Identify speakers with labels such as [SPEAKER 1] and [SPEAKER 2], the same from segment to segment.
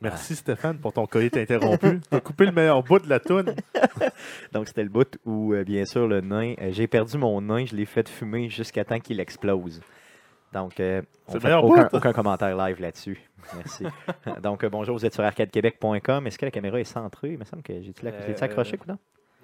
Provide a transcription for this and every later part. [SPEAKER 1] Merci Stéphane pour ton colis interrompu. T'as coupé le meilleur bout de la toune.
[SPEAKER 2] Donc, c'était le bout où, euh, bien sûr, le nain, euh, j'ai perdu mon nain, je l'ai fait fumer jusqu'à temps qu'il explose. Donc, euh, on
[SPEAKER 1] C'est le
[SPEAKER 2] fait
[SPEAKER 1] meilleur
[SPEAKER 2] aucun,
[SPEAKER 1] bout.
[SPEAKER 2] aucun commentaire live là-dessus. Merci. Donc, euh, bonjour, vous êtes sur arcadequebec.com. Est-ce que la caméra est centrée? Il me semble que j'ai-tu la-
[SPEAKER 3] Euh,
[SPEAKER 2] j'ai-tu accroché, coudonc?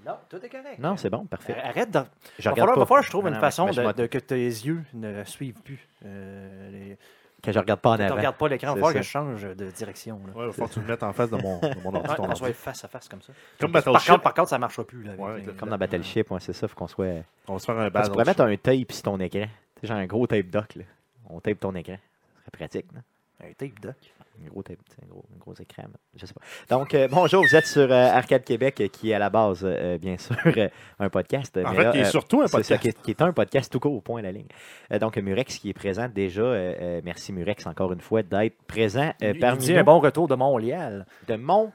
[SPEAKER 3] Non, tout est correct.
[SPEAKER 2] Non, c'est bon, parfait.
[SPEAKER 3] Euh, Arrête de.
[SPEAKER 2] Je
[SPEAKER 3] Va
[SPEAKER 2] regarde
[SPEAKER 3] falloir,
[SPEAKER 2] pas.
[SPEAKER 3] va falloir que je trouve
[SPEAKER 2] Non,
[SPEAKER 3] une
[SPEAKER 2] non,
[SPEAKER 3] façon
[SPEAKER 2] mais je
[SPEAKER 3] de,
[SPEAKER 2] m'en-
[SPEAKER 3] de- que tes yeux ne suivent plus. Euh, les-
[SPEAKER 2] que je regarde pas en
[SPEAKER 3] Tu ne
[SPEAKER 2] avant.
[SPEAKER 3] regardes pas l'écran, il
[SPEAKER 2] C'est
[SPEAKER 3] va falloir
[SPEAKER 2] ça.
[SPEAKER 3] que je change de direction. là.
[SPEAKER 1] Ouais, il va falloir que tu le mettes en face de mon, de mon ordi,
[SPEAKER 3] Ouais,
[SPEAKER 1] ton
[SPEAKER 3] on
[SPEAKER 1] ordi.
[SPEAKER 3] se voit face à face comme ça.
[SPEAKER 1] Comme
[SPEAKER 3] Par
[SPEAKER 1] Battleship,
[SPEAKER 3] contre, par contre, ça ne marchera plus. Là, avec
[SPEAKER 1] Ouais,
[SPEAKER 3] les-
[SPEAKER 2] Comme dans Battleship, ouais, c'est ça, faut qu'on soit.
[SPEAKER 1] on va se faire un
[SPEAKER 2] Ah, tu pourrais mettre
[SPEAKER 1] battle.
[SPEAKER 2] un tape sur ton écran. Tu sais, genre un gros tape doc, là. On tape ton écran. Ce serait pratique, non?
[SPEAKER 3] Un tape
[SPEAKER 2] Euh,
[SPEAKER 3] doc.
[SPEAKER 2] Un gros tape, tu sais, un gros, un gros écran. là. Je sais pas. Donc, euh, bonjour, vous êtes sur euh, Arcade Québec, euh, qui est à la base, euh, bien sûr, euh, un podcast.
[SPEAKER 1] En
[SPEAKER 2] mais
[SPEAKER 1] fait,
[SPEAKER 2] là,
[SPEAKER 1] il est
[SPEAKER 2] euh,
[SPEAKER 1] surtout un
[SPEAKER 2] C'est ça,
[SPEAKER 1] podcast.
[SPEAKER 2] qui est, qui est un podcast tout court, au point de la ligne. Euh, donc, Murex qui est présent déjà. euh, euh, merci Murex encore une fois d'être présent euh,
[SPEAKER 3] Il
[SPEAKER 2] parmi
[SPEAKER 3] dit
[SPEAKER 2] nous
[SPEAKER 3] un bon retour de Montréal.
[SPEAKER 2] de mon.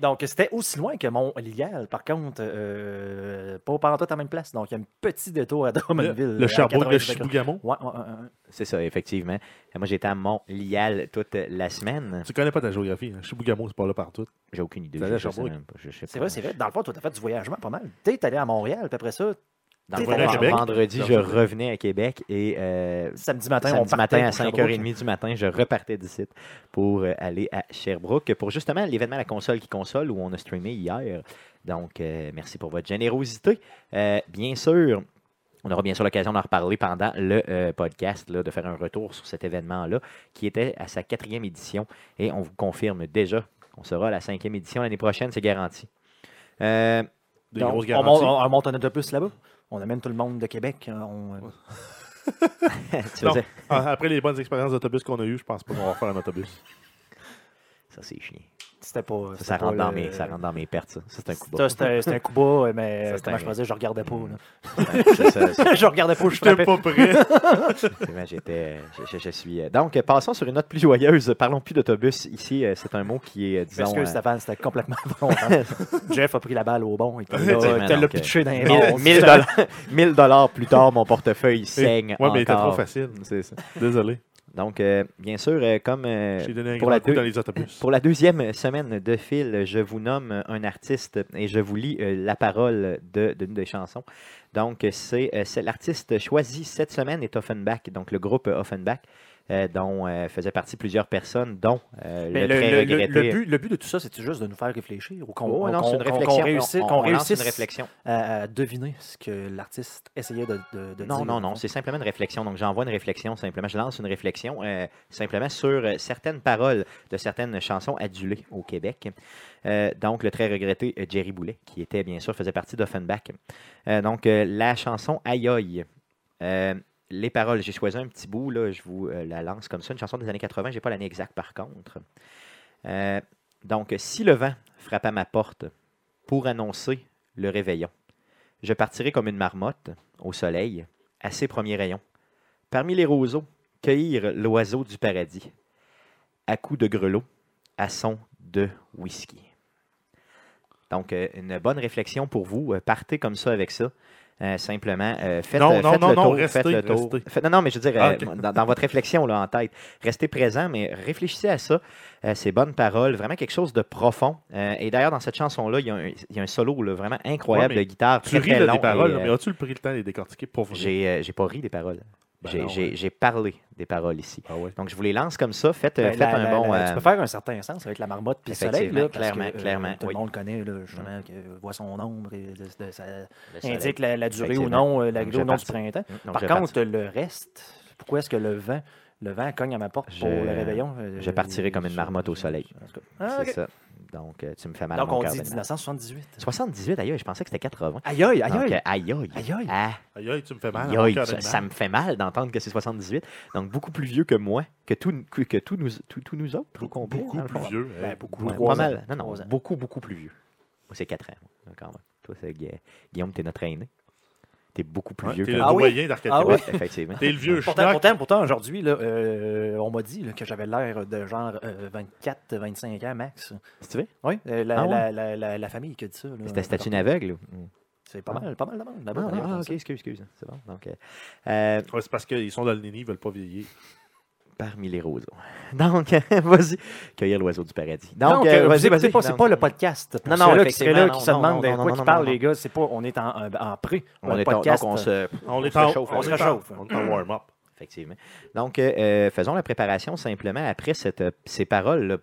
[SPEAKER 3] Donc, c'était aussi loin que Montréal. Par contre, euh, pas par à la même place. Donc, il y a un petit détour à Drummondville.
[SPEAKER 1] Le,
[SPEAKER 3] à
[SPEAKER 1] le Sherbrooke de
[SPEAKER 3] 90 degrés.
[SPEAKER 1] Chibougamau.
[SPEAKER 3] Ouais, ouais, ouais, ouais.
[SPEAKER 2] C'est ça, effectivement. Euh, Moi, j'étais à Mont-Lial toute la semaine.
[SPEAKER 1] Tu connais pas ta géographie. Hein? Chibougamau, c'est pas là partout.
[SPEAKER 2] J'ai aucune idée.
[SPEAKER 1] T'allais à
[SPEAKER 2] Je sais
[SPEAKER 1] Sherbrooke.
[SPEAKER 2] même pas, je sais
[SPEAKER 3] C'est
[SPEAKER 2] pas.
[SPEAKER 3] vrai, c'est vrai. Dans le fond, tu as fait du voyagement pas mal. Tu es allé à Montréal, puis après ça,
[SPEAKER 2] Dans le
[SPEAKER 3] T'es allé à
[SPEAKER 2] fond,
[SPEAKER 1] Québec?
[SPEAKER 2] vendredi, je revenais à Québec et euh,
[SPEAKER 3] samedi matin, on
[SPEAKER 2] samedi
[SPEAKER 3] partait
[SPEAKER 2] matin à
[SPEAKER 3] pour Sherbrooke.
[SPEAKER 2] 5h30 du matin, je repartais d'ici pour euh, aller à Sherbrooke pour justement l'événement La console qui console où on a streamé hier. Donc, euh, merci pour votre générosité. Euh, bien sûr, on aura bien sûr l'occasion d'en reparler pendant le euh, podcast, là, de faire un retour sur cet événement-là qui était à sa quatrième édition et on vous confirme déjà qu'on sera à la cinquième édition l'année prochaine, c'est garanti. Euh,
[SPEAKER 1] Des
[SPEAKER 3] Donc,
[SPEAKER 1] grosses
[SPEAKER 3] on, monte,
[SPEAKER 1] garanties.
[SPEAKER 3] on, on monte un autobus là-bas. On amène tout le monde de Québec. euh, On,
[SPEAKER 2] tu
[SPEAKER 1] Non.
[SPEAKER 2] faisais-
[SPEAKER 1] Ah, Après les bonnes expériences d'autobus qu'on a eues, je pense pas qu'on va faire un autobus.
[SPEAKER 2] Ça, c'est chiant.
[SPEAKER 3] c'était pas.
[SPEAKER 2] Ça,
[SPEAKER 3] c'était
[SPEAKER 2] ça
[SPEAKER 3] pas
[SPEAKER 2] rentre, dans
[SPEAKER 3] le-
[SPEAKER 2] mes, ça rentre dans mes pertes, ça. Ça, c'est un coup bas.
[SPEAKER 3] Ça, C'était c'était un coup bas, mais
[SPEAKER 2] Ça,
[SPEAKER 3] euh,
[SPEAKER 2] c'était
[SPEAKER 3] comment
[SPEAKER 2] un- Mm.
[SPEAKER 3] je faisais, je regardais pas. là.
[SPEAKER 2] C'est ça, c'est-
[SPEAKER 3] je regardais pas, je
[SPEAKER 1] J'étais
[SPEAKER 3] frappais.
[SPEAKER 1] pas prêt.
[SPEAKER 2] effectivement, j'étais- je, je- je suis. euh, Donc, passons sur une note plus joyeuse. Parlons plus d'autobus. Ici, euh, c'est un mot qui est, euh, disons.
[SPEAKER 3] Parce
[SPEAKER 2] euh,
[SPEAKER 3] que Stéphane, c'était complètement volontaire. Jeff a pris la balle au bon. Il était
[SPEAKER 2] Effectivement,
[SPEAKER 3] là, il te l'a
[SPEAKER 2] donc,
[SPEAKER 3] pitché dans les mains.
[SPEAKER 2] 1000 1000 dollars- 1000 dollars plus tard, mon portefeuille saigne.
[SPEAKER 1] Ouais, mais il était trop
[SPEAKER 2] encore.
[SPEAKER 1] facile.
[SPEAKER 2] C'est ça.
[SPEAKER 1] Désolé.
[SPEAKER 2] Donc, euh, bien sûr, euh, comme. euh,
[SPEAKER 1] J'ai donné un
[SPEAKER 2] pour
[SPEAKER 1] grand
[SPEAKER 2] la
[SPEAKER 1] coup
[SPEAKER 2] deux-
[SPEAKER 1] dans les autobus.
[SPEAKER 2] Pour la deuxième semaine de fil, je vous nomme un artiste et je vous lis euh, la parole de- d'une des chansons. Donc, c'est euh, c'est l'artiste choisi cette semaine est Offenbach, donc le groupe euh, Offenbach, euh, dont euh, faisaient partie plusieurs personnes, dont euh,
[SPEAKER 3] Mais
[SPEAKER 2] le,
[SPEAKER 3] Ben, le,
[SPEAKER 2] très
[SPEAKER 3] le- le-
[SPEAKER 2] regretté.
[SPEAKER 3] le but, le but de tout ça, c'est juste de nous faire réfléchir ou qu'on
[SPEAKER 2] Oh, non,
[SPEAKER 3] qu'on-
[SPEAKER 2] c'est une
[SPEAKER 3] qu'on- qu'on
[SPEAKER 2] réflexion.
[SPEAKER 3] réussisse-
[SPEAKER 2] On- on
[SPEAKER 3] qu'on
[SPEAKER 2] lance une
[SPEAKER 3] réussisse
[SPEAKER 2] réflexion.
[SPEAKER 3] à, à deviner ce que l'artiste essayait de, de- de
[SPEAKER 2] Non,
[SPEAKER 3] dire.
[SPEAKER 2] non, non, c'est simplement une réflexion. Donc, j'envoie une réflexion simplement. Je lance une réflexion euh, simplement sur euh, certaines paroles de certaines chansons adulées au Québec. Euh, donc, le très regretté euh, Jerry Boulet, qui était bien sûr, faisait partie d'Offenbach. Euh, donc, euh, la chanson Aïe Aïe. Euh, les paroles, j'ai choisi un petit bout, là, je vous euh, la lance comme ça. Une chanson des années 80, j'ai pas l'année exacte par contre. Euh, donc, si le vent frappe à ma porte pour annoncer le réveillon, je partirai comme une marmotte au soleil à ses premiers rayons. Parmi les roseaux, cueillir l'oiseau du paradis. À coups de grelots, à son de whisky. Donc, euh, une bonne réflexion pour vous. Euh, Partez comme ça avec ça. Euh, simplement, euh, faites,
[SPEAKER 1] Non,
[SPEAKER 2] euh,
[SPEAKER 1] non,
[SPEAKER 2] faites
[SPEAKER 1] non,
[SPEAKER 2] le
[SPEAKER 1] non,
[SPEAKER 2] tour.
[SPEAKER 1] restez,
[SPEAKER 2] faites le tour.
[SPEAKER 1] restez.
[SPEAKER 2] Fait- non, non, mais je veux dire,
[SPEAKER 1] Ah,
[SPEAKER 2] euh,
[SPEAKER 1] ok.
[SPEAKER 2] dans, dans votre réflexion là, en tête, restez présent, mais réfléchissez à ça, euh, ces bonnes paroles, vraiment quelque chose de profond. Euh, et d'ailleurs, dans cette chanson-là, il y a un, il y a un solo là, vraiment incroyable
[SPEAKER 1] Ouais, mais
[SPEAKER 2] de guitare.
[SPEAKER 1] Tu
[SPEAKER 2] très,
[SPEAKER 1] ris
[SPEAKER 2] très
[SPEAKER 1] là,
[SPEAKER 2] long
[SPEAKER 1] des paroles,
[SPEAKER 2] et,
[SPEAKER 1] là,
[SPEAKER 2] euh,
[SPEAKER 1] mais as-tu le pris le temps de les décortiquer pour vrai?
[SPEAKER 2] j'ai euh, j'ai pas ri des paroles.
[SPEAKER 1] Ben
[SPEAKER 2] J'ai-
[SPEAKER 1] non,
[SPEAKER 2] J'ai j'ai parlé des paroles ici.
[SPEAKER 1] Ah ouais.
[SPEAKER 2] Donc, je vous les lance comme ça. Faites, euh,
[SPEAKER 3] Ben,
[SPEAKER 2] faites
[SPEAKER 3] la-
[SPEAKER 2] un
[SPEAKER 3] la-
[SPEAKER 2] bon.
[SPEAKER 3] la-
[SPEAKER 2] euh,
[SPEAKER 3] tu peux faire un certain sens avec la marmotte puis le soleil.
[SPEAKER 2] Effectivement,
[SPEAKER 3] Là, parce
[SPEAKER 2] clairement,
[SPEAKER 3] que, euh,
[SPEAKER 2] clairement,
[SPEAKER 3] Tout
[SPEAKER 2] oui. Mm.
[SPEAKER 3] le monde connaît, là, justement, que, euh, voit son ombre et de- de- ça
[SPEAKER 2] le soleil.
[SPEAKER 3] indique la, la durée ou
[SPEAKER 2] Effectivement.
[SPEAKER 3] non, euh, la
[SPEAKER 2] Donc,
[SPEAKER 3] durée ou
[SPEAKER 2] je
[SPEAKER 3] non du
[SPEAKER 2] parti.
[SPEAKER 3] printemps.
[SPEAKER 2] Mm, donc,
[SPEAKER 3] Par
[SPEAKER 2] je
[SPEAKER 3] contre, le reste, pourquoi est-ce que le vent, le vent cogne à ma porte pour
[SPEAKER 2] Je-
[SPEAKER 3] le réveillon euh,
[SPEAKER 2] je partirai comme une marmotte au soleil.
[SPEAKER 3] en tout
[SPEAKER 2] parti.
[SPEAKER 3] cas. Ah, ok.
[SPEAKER 2] C'est ça. Donc, euh, tu me fais mal
[SPEAKER 3] Donc,
[SPEAKER 2] à mon
[SPEAKER 3] on
[SPEAKER 2] cœur
[SPEAKER 3] dit
[SPEAKER 2] de merde.
[SPEAKER 3] 1978.
[SPEAKER 2] 78, aïe, aïe, je pensais que c'était 80.
[SPEAKER 3] Aïe, aïe,
[SPEAKER 2] Donc, euh, aïe, aïe.
[SPEAKER 3] Aïe, aïe.
[SPEAKER 2] Ah,
[SPEAKER 1] Aïe, aïe, tu me fais mal. hein,
[SPEAKER 2] Yoï,
[SPEAKER 1] à mon cœur
[SPEAKER 2] ça,
[SPEAKER 1] d'animal.
[SPEAKER 2] ça me fait mal d'entendre que c'est 78. Donc, beaucoup plus vieux que moi, que tous que tous nous, tous- tous nous autres, au complet,
[SPEAKER 1] beaucoup
[SPEAKER 2] dans le
[SPEAKER 1] plus
[SPEAKER 2] fond.
[SPEAKER 1] vieux. hein.
[SPEAKER 3] Ben,
[SPEAKER 1] hey.
[SPEAKER 3] beaucoup.
[SPEAKER 2] Ouais,
[SPEAKER 3] Trois
[SPEAKER 2] pas mal.
[SPEAKER 3] ans.
[SPEAKER 2] Non, non,
[SPEAKER 3] Trois ans.
[SPEAKER 2] beaucoup, beaucoup plus vieux. Moi, c'est 4 ans, moi, quand même. Toi, c'est Gu- Guillaume, t'es notre aîné. T'es beaucoup plus
[SPEAKER 1] Ouais,
[SPEAKER 2] vieux
[SPEAKER 1] T'es
[SPEAKER 2] que
[SPEAKER 1] le
[SPEAKER 2] moi.
[SPEAKER 3] Ah oui?
[SPEAKER 1] doyen d'Arcadia.
[SPEAKER 3] Ah oui?
[SPEAKER 2] Ouais, effectivement.
[SPEAKER 1] T'es le vieux
[SPEAKER 3] Pourtant,
[SPEAKER 1] schnock.
[SPEAKER 3] pourtant, pourtant, aujourd'hui, là, euh, on m'a dit là, que j'avais l'air de genre 24-25 ans max.
[SPEAKER 2] Si tu veux.
[SPEAKER 3] Oui, euh, la,
[SPEAKER 2] Ah ouais?
[SPEAKER 3] la, la, la, la famille qui a dit ça. là.
[SPEAKER 2] C'était statue aveugle. ou- ou-
[SPEAKER 3] C'est pas mal, pas mal de monde.
[SPEAKER 2] Ah,
[SPEAKER 3] là-bas,
[SPEAKER 2] non,
[SPEAKER 3] d'ailleurs,
[SPEAKER 2] ah,
[SPEAKER 3] comme
[SPEAKER 2] ok,
[SPEAKER 3] ça.
[SPEAKER 2] excuse, excuse. C'est bon. Donc, euh, euh,
[SPEAKER 1] Ouais, c'est parce qu'ils sont dans le nini, ils veulent pas vieillir.
[SPEAKER 2] parmi les roseaux. Donc, vas-y, cueillir l'oiseau du paradis. Donc,
[SPEAKER 3] Donc,
[SPEAKER 2] euh,
[SPEAKER 3] euh, vous
[SPEAKER 2] vas-y,
[SPEAKER 3] écoutez
[SPEAKER 2] vas-y.
[SPEAKER 3] pas, c'est
[SPEAKER 2] Donc,
[SPEAKER 3] pas le podcast.
[SPEAKER 2] Non,
[SPEAKER 3] Non,
[SPEAKER 2] non,
[SPEAKER 3] non, qui serait là,
[SPEAKER 2] effectivement,
[SPEAKER 3] qui se
[SPEAKER 2] non, non,
[SPEAKER 3] demande de
[SPEAKER 2] non,
[SPEAKER 3] quoi
[SPEAKER 2] non,
[SPEAKER 3] qui parle,
[SPEAKER 2] non,
[SPEAKER 3] les gars, c'est pas, on est en, euh, en pré.
[SPEAKER 2] On
[SPEAKER 3] le
[SPEAKER 2] est en-
[SPEAKER 3] podcast, euh,
[SPEAKER 2] donc on se,
[SPEAKER 1] On, est
[SPEAKER 2] se
[SPEAKER 1] en,
[SPEAKER 2] chauffe,
[SPEAKER 1] on Mm. se réchauffe. On est en warm-up.
[SPEAKER 2] Effectivement. Donc, euh, euh, faisons la préparation simplement après cette, euh, ces paroles là,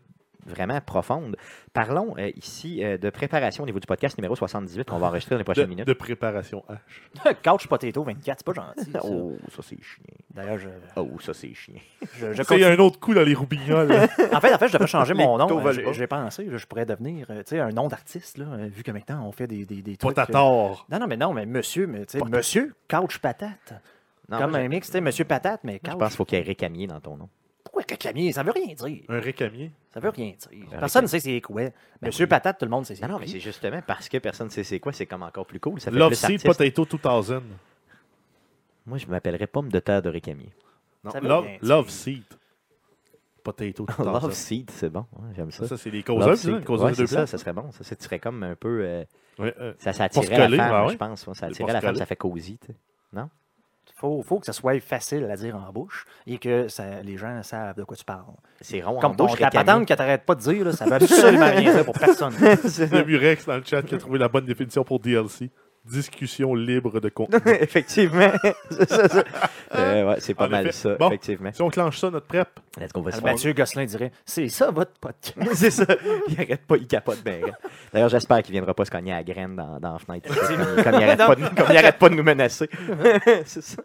[SPEAKER 2] vraiment profondes. Parlons euh, ici euh, de préparation au niveau du podcast numéro 78 qu'on va enregistrer dans les prochaines
[SPEAKER 1] De,
[SPEAKER 2] minutes.
[SPEAKER 1] de préparation hein. H.
[SPEAKER 3] Couch Potato 24, c'est pas gentil. ça.
[SPEAKER 2] Oh, ça c'est chien.
[SPEAKER 3] D'ailleurs, je,
[SPEAKER 2] Oh, ça c'est chien.
[SPEAKER 3] je, je
[SPEAKER 1] C'est un autre coup dans les roubignoles.
[SPEAKER 3] En fait, en fait, je devrais changer mon
[SPEAKER 1] couteaux
[SPEAKER 3] nom. euh,
[SPEAKER 1] volent
[SPEAKER 3] J'ai
[SPEAKER 1] pas.
[SPEAKER 3] j'ai pensé, là, je pourrais devenir euh, tu sais, un nom d'artiste, là, euh, vu que maintenant on fait des, des, des trucs. euh,
[SPEAKER 1] Potator.
[SPEAKER 3] Non, non, mais non, mais monsieur, mais, tu sais, monsieur Couch Patate.
[SPEAKER 2] Non,
[SPEAKER 3] Comme
[SPEAKER 2] moi,
[SPEAKER 3] un mix, tu sais, monsieur Patate, mais
[SPEAKER 2] je,
[SPEAKER 3] Couch.
[SPEAKER 2] je pense qu'il faut qu'il y ait récamier dans ton nom.
[SPEAKER 3] Pourquoi réclamier Ça veut rien dire.
[SPEAKER 1] Un récamier.
[SPEAKER 3] Ça veut rien dire. Personne ne sait c'est quoi. Monsieur
[SPEAKER 2] Ben oui.
[SPEAKER 3] Patate, tout le monde sait c'est
[SPEAKER 2] Ah Non, non, mais
[SPEAKER 3] quoi.
[SPEAKER 2] c'est justement parce que personne ne sait c'est quoi, c'est comme encore plus cool. Ça fait
[SPEAKER 1] Love
[SPEAKER 2] plus
[SPEAKER 1] Seed
[SPEAKER 2] artiste.
[SPEAKER 1] Potato 2000.
[SPEAKER 2] Moi, je m'appellerais pomme de terre de récamier.
[SPEAKER 1] Non,
[SPEAKER 3] Ça veut
[SPEAKER 1] love,
[SPEAKER 3] rien dire.
[SPEAKER 1] love Seed Potato
[SPEAKER 2] Love
[SPEAKER 1] 2000.
[SPEAKER 2] Seed, c'est bon. Ouais, J'aime ça.
[SPEAKER 1] Ça, c'est des
[SPEAKER 2] Love
[SPEAKER 1] causeuses,
[SPEAKER 2] Seed.
[SPEAKER 1] ça, une causeuse
[SPEAKER 2] Ouais,
[SPEAKER 1] de hein, deux
[SPEAKER 2] c'est ça,
[SPEAKER 1] places.
[SPEAKER 2] ça serait bon. Ça, ça, tu serais comme un peu. euh,
[SPEAKER 1] Ouais, euh,
[SPEAKER 2] ça, ça
[SPEAKER 1] Pour se
[SPEAKER 2] attirait la
[SPEAKER 1] coller,
[SPEAKER 2] femme,
[SPEAKER 1] ben ouais.
[SPEAKER 2] je pense. ouais, ça
[SPEAKER 1] Pour
[SPEAKER 2] attirait
[SPEAKER 1] se
[SPEAKER 2] la femme,
[SPEAKER 1] coller.
[SPEAKER 2] ça fait cosy. tu sais.
[SPEAKER 3] faut, faut que ça soit facile à dire en bouche et que ça- les gens savent de quoi tu parles.
[SPEAKER 2] C'est rond en
[SPEAKER 3] Comme ton
[SPEAKER 2] bouche,
[SPEAKER 3] la
[SPEAKER 2] récamier.
[SPEAKER 3] patente que t'arrêtes pas de dire, là, ça veut absolument rien dire pour personne.
[SPEAKER 1] Il y a Murex dans le chat qui a trouvé la bonne définition pour DLC. Discussion libre de contenu.
[SPEAKER 2] effectivement. c'est ça, ça. Euh, ouais, c'est pas
[SPEAKER 1] En
[SPEAKER 2] mal
[SPEAKER 1] effet.
[SPEAKER 2] ça,
[SPEAKER 1] Bon.
[SPEAKER 2] effectivement.
[SPEAKER 1] Si on clenche ça, notre prep,
[SPEAKER 2] Let's go, on va se faire.
[SPEAKER 3] Mathieu Gosselin dirait C'est ça votre podcast.
[SPEAKER 2] c'est ça. Il arrête pas, il capote bien. raide. D'ailleurs, j'espère qu'il viendra pas se cogner à la graine dans, dans la fenêtre. comme, comme il arrête pas de, comme il arrête pas de nous menacer. c'est ça.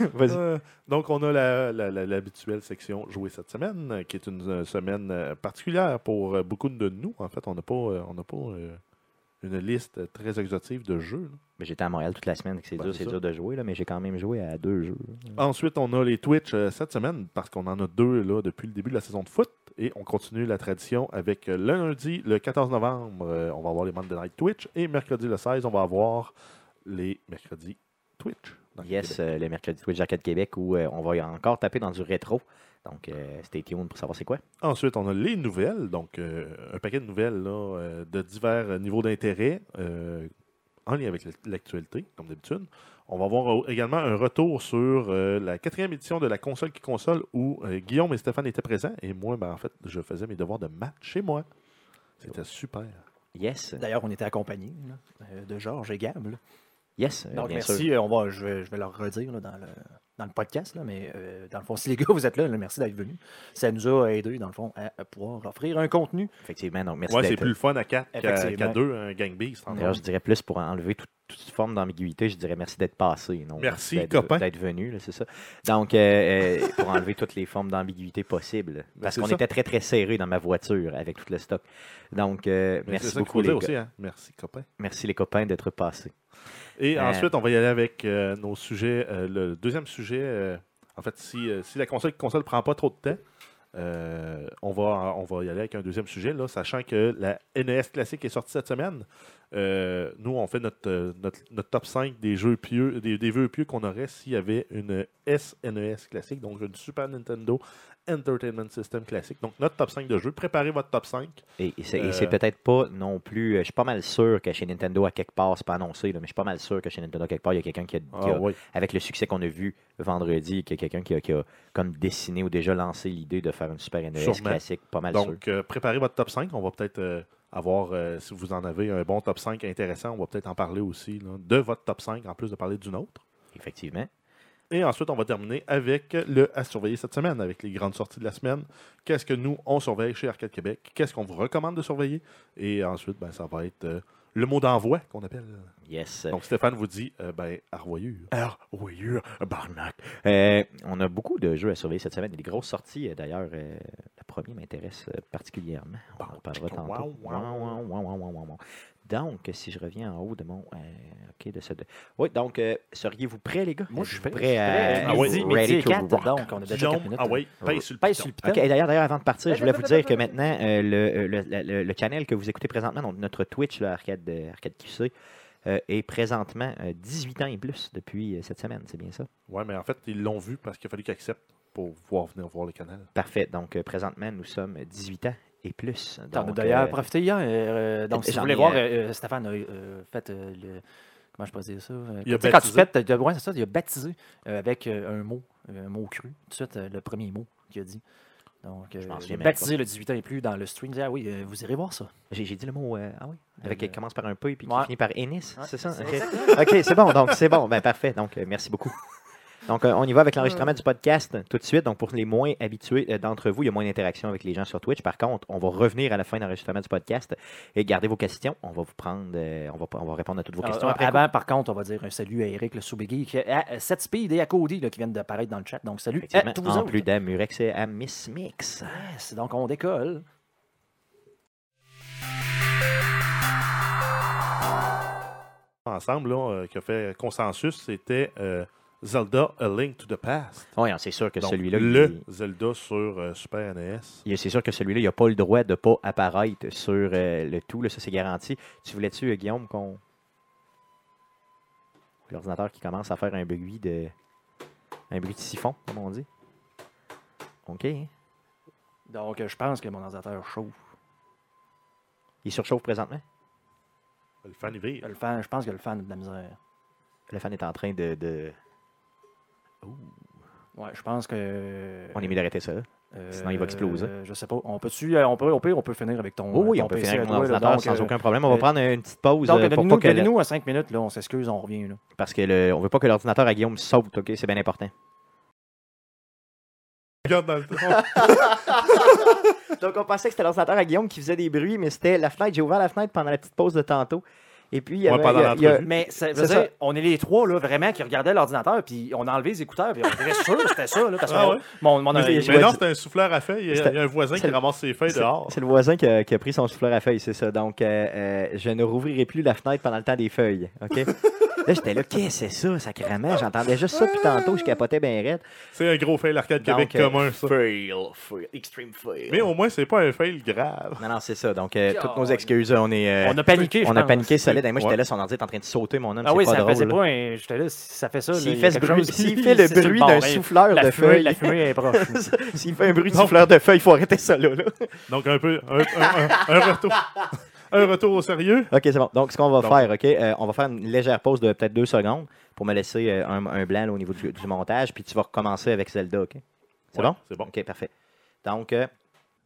[SPEAKER 2] Vas-y.
[SPEAKER 1] Euh, donc, on a la- la- la- l'habituelle section Jouer cette semaine, euh, qui est une euh, semaine euh, particulière pour euh, beaucoup de nous. En fait, on n'a pas, euh, on n'a pas euh, une liste euh, très exhaustive de jeux. là.
[SPEAKER 2] Mais J'étais à Montréal toute la semaine, c'est
[SPEAKER 1] Ben,
[SPEAKER 2] dur,
[SPEAKER 1] c'est
[SPEAKER 2] c'est
[SPEAKER 1] ça.
[SPEAKER 2] dur de jouer, là, mais j'ai quand même joué à deux jeux.
[SPEAKER 1] Ensuite, on a les Twitch euh, cette semaine, parce qu'on en a deux là, depuis le début de la saison de foot. Et on continue la tradition avec euh, le lundi, le 14 novembre, euh, on va avoir les Monday Night Twitch. Et mercredi, le 16, on va avoir les mercredis Twitch. dans le
[SPEAKER 2] Yes,
[SPEAKER 1] Québec.
[SPEAKER 2] euh, le mercredi Twitch Arcade Québec où euh, on va y encore taper dans du rétro. Donc, euh, stay tuned pour savoir c'est quoi.
[SPEAKER 1] Ensuite, on a les nouvelles, donc euh, un paquet de nouvelles là, euh, de divers euh, niveaux d'intérêt euh, en lien avec l'act- l'actualité, comme d'habitude. On va avoir au- également un retour sur euh, la quatrième édition de la console qui console où euh, Guillaume et Stéphane étaient présents et moi, ben, en fait, je faisais mes devoirs de maths chez moi. C'était super.
[SPEAKER 2] Yes,
[SPEAKER 3] D'ailleurs, on était accompagnés là, euh, de Georges et Gab. là.
[SPEAKER 2] yes, euh,
[SPEAKER 3] Donc,
[SPEAKER 2] bien sûr.
[SPEAKER 3] merci. euh, On va, je, vais, je vais leur redire là, dans, le, dans le podcast. là, mais euh, dans le fond, si les gars, vous êtes là, là, merci d'être venus. Ça nous a aidés, dans le fond, à, à pouvoir offrir un contenu.
[SPEAKER 2] Effectivement, donc merci
[SPEAKER 1] Ouais, c'est
[SPEAKER 2] d'être
[SPEAKER 1] plus le fun à 4 qu'à
[SPEAKER 3] Effectivement.
[SPEAKER 1] 2, un gang beast. en
[SPEAKER 2] D'ailleurs,
[SPEAKER 1] fait.
[SPEAKER 2] je dirais plus pour enlever tout- toute forme d'ambiguïté, je dirais merci d'être passé. Non,
[SPEAKER 1] Merci,
[SPEAKER 2] d'être-
[SPEAKER 1] copain.
[SPEAKER 2] D'être venu, là, c'est ça. Donc, euh, euh, pour enlever toutes les formes d'ambiguïté possibles. Parce
[SPEAKER 1] Ben, c'est
[SPEAKER 2] qu'on
[SPEAKER 1] ça.
[SPEAKER 2] était très, très serré dans ma voiture avec tout le stock. Donc, euh,
[SPEAKER 1] Mais Ben, c'est
[SPEAKER 2] merci
[SPEAKER 1] ça qu'il
[SPEAKER 2] beaucoup,
[SPEAKER 1] faut
[SPEAKER 2] les,
[SPEAKER 1] dire
[SPEAKER 2] co-
[SPEAKER 1] aussi, hein. Merci, copain.
[SPEAKER 2] merci les copains d'être passés.
[SPEAKER 1] Et
[SPEAKER 2] Euh,
[SPEAKER 1] ensuite, on va y aller avec euh, nos sujets. Euh, le deuxième sujet, euh, en fait, si, euh, si la console qui console prend pas trop de temps, euh, on, va, on va y aller avec un deuxième sujet, là, sachant que la NES classique est sortie cette semaine. Euh, nous, on fait notre, euh, notre, notre top 5 des jeux pieux, des, des vœux pieux qu'on aurait s'il y avait une SNES classique, donc une Super Nintendo Entertainment System classique. Donc, notre top 5 de jeux. Préparez votre top 5.
[SPEAKER 2] Et, et c'est et c'est
[SPEAKER 1] Euh,
[SPEAKER 2] peut-être pas non plus. euh, Je suis pas mal sûr que chez Nintendo, à quelque part, c'est pas annoncé, là, mais je suis pas mal sûr que chez Nintendo, à quelque part, il y a quelqu'un qui a, qui
[SPEAKER 1] Ah,
[SPEAKER 2] a-
[SPEAKER 1] ouais.
[SPEAKER 2] avec le succès qu'on a vu vendredi, qu'il y a quelqu'un qui a, qui a comme dessiné ou déjà lancé l'idée de faire une Super NES
[SPEAKER 1] Sûrement.
[SPEAKER 2] classique, pas mal sûr.
[SPEAKER 1] Donc, euh, préparez votre top 5. On va peut-être euh, avoir, euh, si vous en avez un bon top 5 intéressant, on va peut-être en parler aussi là, de votre top 5 en plus de parler d'une autre.
[SPEAKER 2] Effectivement.
[SPEAKER 1] Et ensuite, on va terminer avec le à surveiller cette semaine, avec les grandes sorties de la semaine. Qu'est-ce que nous, on surveille chez Arcade Québec? Qu'est-ce qu'on vous recommande de surveiller? Et ensuite, ben, ça va être euh, le mot d'envoi qu'on appelle.
[SPEAKER 2] Yes.
[SPEAKER 1] Donc, Stéphane vous dit, euh, ben, arvoyure. Arvoyure, barnac.
[SPEAKER 2] Euh, on a beaucoup de jeux à surveiller cette semaine. Il y a des grosses sorties. euh, D'ailleurs, euh, le premier m'intéresse euh, particulièrement. On en parlera tantôt.
[SPEAKER 1] Wow, wow.
[SPEAKER 2] Wow, wow, wow, wow, wow, wow. Donc, si je reviens en haut de mon. euh, OK, de ce. de- Oui, donc, euh, seriez-vous prêts, les gars?
[SPEAKER 3] Moi, je suis
[SPEAKER 2] Êtes-vous
[SPEAKER 3] prêt.
[SPEAKER 2] prêts à.
[SPEAKER 1] Ah oui.
[SPEAKER 3] Midi,
[SPEAKER 2] ready
[SPEAKER 3] midi et
[SPEAKER 2] to
[SPEAKER 3] quatre,
[SPEAKER 2] rock?
[SPEAKER 3] donc on a déjà quatre
[SPEAKER 1] Guillaume,
[SPEAKER 3] minutes.
[SPEAKER 1] ah oui, paye sur le
[SPEAKER 3] Pèse
[SPEAKER 1] piton.
[SPEAKER 3] sur le piton.
[SPEAKER 2] OK, et d'ailleurs, d'ailleurs, avant de partir, je voulais vous dire que maintenant, euh, le, le- le- le- le channel que vous écoutez présentement, donc notre Twitch, là, Arcade, euh, Arcade QC, euh, est présentement euh, 18 ans et plus depuis euh, cette semaine, c'est bien ça?
[SPEAKER 1] Ouais, mais en fait, ils l'ont vu parce qu'il a fallu qu'ils acceptent pour pouvoir venir voir le canal.
[SPEAKER 2] Parfait. Donc, euh, présentement, nous sommes 18 ans et plus.
[SPEAKER 3] T'en as
[SPEAKER 2] Donc,
[SPEAKER 3] d'ailleurs
[SPEAKER 2] euh,
[SPEAKER 3] profité hier. euh, euh, donc, si
[SPEAKER 2] j'en
[SPEAKER 3] vous voulez
[SPEAKER 2] ai,
[SPEAKER 3] voir,
[SPEAKER 2] euh,
[SPEAKER 3] euh, euh, Stéphane a euh, fait euh, le. Comment je peux dire ça euh,
[SPEAKER 1] Il a
[SPEAKER 3] tu sais, Quand tu
[SPEAKER 1] baptisé.
[SPEAKER 3] pètes, t'as- ouais, c'est ça, il a baptisé euh, avec euh, un mot, euh, un mot cru. Tout de suite, euh, le premier mot qu'il a dit. Donc, euh,
[SPEAKER 2] m'en
[SPEAKER 3] il a
[SPEAKER 2] souviens même
[SPEAKER 3] baptisé le 18 ans et plus dans le stream. Il dit, Ah oui, euh, vous irez voir ça.
[SPEAKER 2] j'ai, j'ai dit le mot. euh, ah oui. Avec,
[SPEAKER 3] Euh,
[SPEAKER 2] qui commence par un peu et puis qui
[SPEAKER 3] ouais.
[SPEAKER 2] finit par Ennis.
[SPEAKER 3] Ouais,
[SPEAKER 2] c'est ça?
[SPEAKER 3] c'est
[SPEAKER 2] Ok, Ok, c'est bon. Donc, c'est bon. Ben, parfait. Donc, euh, merci beaucoup. Donc, euh, on y va avec l'enregistrement du podcast euh, tout de suite. Donc, pour les moins habitués euh, d'entre vous, il y a moins d'interaction avec les gens sur Twitch. Par contre, on va revenir à la fin de l'enregistrement du podcast et garder vos questions. On va vous prendre, euh, on, va, on va répondre à toutes vos questions
[SPEAKER 3] Euh,
[SPEAKER 2] après.
[SPEAKER 3] avant, par contre, on va dire un salut à Eric le Soubégui, qui- à à Seth Speed et à Cody là, qui viennent d'apparaître dans le chat. Donc, salut à
[SPEAKER 2] Effectivement,
[SPEAKER 3] tous
[SPEAKER 2] en
[SPEAKER 3] autres.
[SPEAKER 2] plus d'Amurex et à Miss Mix.
[SPEAKER 3] Yes, donc, on décolle.
[SPEAKER 1] ensemble là, euh, qui a fait consensus, c'était euh, Zelda A Link to the Past.
[SPEAKER 2] Oui, c'est sûr que
[SPEAKER 1] Donc,
[SPEAKER 2] celui-là.
[SPEAKER 1] le
[SPEAKER 2] il-
[SPEAKER 1] Zelda sur euh, Super NES.
[SPEAKER 2] Il- C'est sûr que celui-là, il n'a pas le droit de ne pas apparaître sur euh, le tout. là, ça, c'est garanti. Tu voulais-tu, euh, Guillaume, qu'on. L'ordinateur qui commence à faire un bruit de. Un bruit de siphon, comme on dit. OK. hein?
[SPEAKER 3] Donc, euh, je pense que mon ordinateur chauffe.
[SPEAKER 2] Il surchauffe présentement.
[SPEAKER 1] Le fan hiver.
[SPEAKER 3] Le fan- je pense que le fan a de la misère.
[SPEAKER 2] Le fan est en train de. de-
[SPEAKER 3] Ouais, je pense que.
[SPEAKER 2] On est mieux d'arrêter ça. là.
[SPEAKER 3] euh,
[SPEAKER 2] sinon, il va exploser.
[SPEAKER 3] Je sais pas. On peut-tu. euh, On peut, on peut, on peut finir avec ton.
[SPEAKER 2] Oui, oui,
[SPEAKER 3] ton
[SPEAKER 2] on peut
[SPEAKER 3] PC
[SPEAKER 2] finir avec
[SPEAKER 3] à
[SPEAKER 2] mon
[SPEAKER 3] toi, là,
[SPEAKER 2] ordinateur
[SPEAKER 3] donc,
[SPEAKER 2] sans
[SPEAKER 3] euh,
[SPEAKER 2] aucun problème. On va
[SPEAKER 3] euh,
[SPEAKER 2] prendre une petite pause
[SPEAKER 3] Donc,
[SPEAKER 2] euh, pour pas
[SPEAKER 3] donnez-nous
[SPEAKER 2] que le-
[SPEAKER 3] donnez-nous à 5 minutes, là. On s'excuse, on revient, là.
[SPEAKER 2] parce que le... on veut pas que l'ordinateur à Guillaume saute, OK? C'est bien important.
[SPEAKER 1] Regarde dans le fond.
[SPEAKER 2] Donc, on pensait que c'était l'ordinateur à Guillaume qui faisait des bruits, mais c'était la fenêtre. J'ai ouvert la fenêtre pendant la petite pause de tantôt. Et puis, il y
[SPEAKER 1] Ouais,
[SPEAKER 2] avait-
[SPEAKER 1] pendant
[SPEAKER 2] il y a- il y a-
[SPEAKER 1] l'entrevue.
[SPEAKER 3] Mais ça veut
[SPEAKER 2] C'est
[SPEAKER 3] dire, on est les trois, là, vraiment, qui regardaient l'ordinateur, puis on a enlevé les écouteurs, puis on était sûr que c'était ça, là, parce que
[SPEAKER 1] Ah ouais?
[SPEAKER 3] mon, mon- euh,
[SPEAKER 2] Mais
[SPEAKER 3] oreille-
[SPEAKER 2] c'est-
[SPEAKER 1] Mais non, c'est un souffleur à feuilles. Il y a-
[SPEAKER 2] C'était-
[SPEAKER 1] il y a un voisin qui
[SPEAKER 2] c'est-
[SPEAKER 1] ramasse ses feuilles
[SPEAKER 2] C'est
[SPEAKER 1] dehors.
[SPEAKER 2] c'est le voisin qui a, qui a pris son souffleur à feuilles, c'est ça. Donc, euh, euh, je ne rouvrirai plus la fenêtre pendant le temps des feuilles. OK? là, j'étais là, qu'est-ce que c'est ça, sacrément? J'entendais juste ça, puis tantôt, je capotais bien raide.
[SPEAKER 1] C'est un gros fail l'arcade Québec
[SPEAKER 2] Donc, euh,
[SPEAKER 1] commun, ça.
[SPEAKER 2] Fail, fail, extreme fail.
[SPEAKER 1] Mais au moins, c'est pas un fail grave.
[SPEAKER 2] Non, non, c'est ça. Donc, euh, toutes nos excuses, on est. euh,
[SPEAKER 3] on a paniqué. je
[SPEAKER 2] on a
[SPEAKER 3] pense.
[SPEAKER 2] paniqué solide. Et moi, j'étais
[SPEAKER 1] Ouais.
[SPEAKER 2] là, son ordi est en train de sauter, mon homme.
[SPEAKER 3] Ah oui,
[SPEAKER 2] c'est
[SPEAKER 3] ça
[SPEAKER 2] pas drôle.
[SPEAKER 3] faisait
[SPEAKER 2] là.
[SPEAKER 3] pas un. J'étais là, si ça fait ça. là,
[SPEAKER 2] S'il
[SPEAKER 3] il y a
[SPEAKER 2] fait, ce
[SPEAKER 3] quelque
[SPEAKER 2] bruit,
[SPEAKER 3] chose qui-
[SPEAKER 2] s'il fait le
[SPEAKER 3] c'est sur
[SPEAKER 2] bruit
[SPEAKER 3] bord,
[SPEAKER 2] d'un
[SPEAKER 3] hein.
[SPEAKER 2] souffleur
[SPEAKER 3] la
[SPEAKER 2] de
[SPEAKER 3] fumée,
[SPEAKER 2] feuilles,
[SPEAKER 3] La fumée est proche.
[SPEAKER 2] s'il fait un bruit de souffleur de feuilles, il faut arrêter ça là. là.
[SPEAKER 1] Donc, un peu. Un, un- un- un retour. Un retour au sérieux.
[SPEAKER 2] OK, c'est bon. Donc, ce qu'on va
[SPEAKER 1] Donc-
[SPEAKER 2] faire, OK, euh, on va faire une légère pause de peut-être deux secondes pour me laisser euh, un, un blanc là, au niveau du, du montage, puis tu vas recommencer avec Zelda, OK? C'est
[SPEAKER 1] Ouais,
[SPEAKER 2] bon?
[SPEAKER 1] C'est bon.
[SPEAKER 2] OK, parfait. Donc, euh,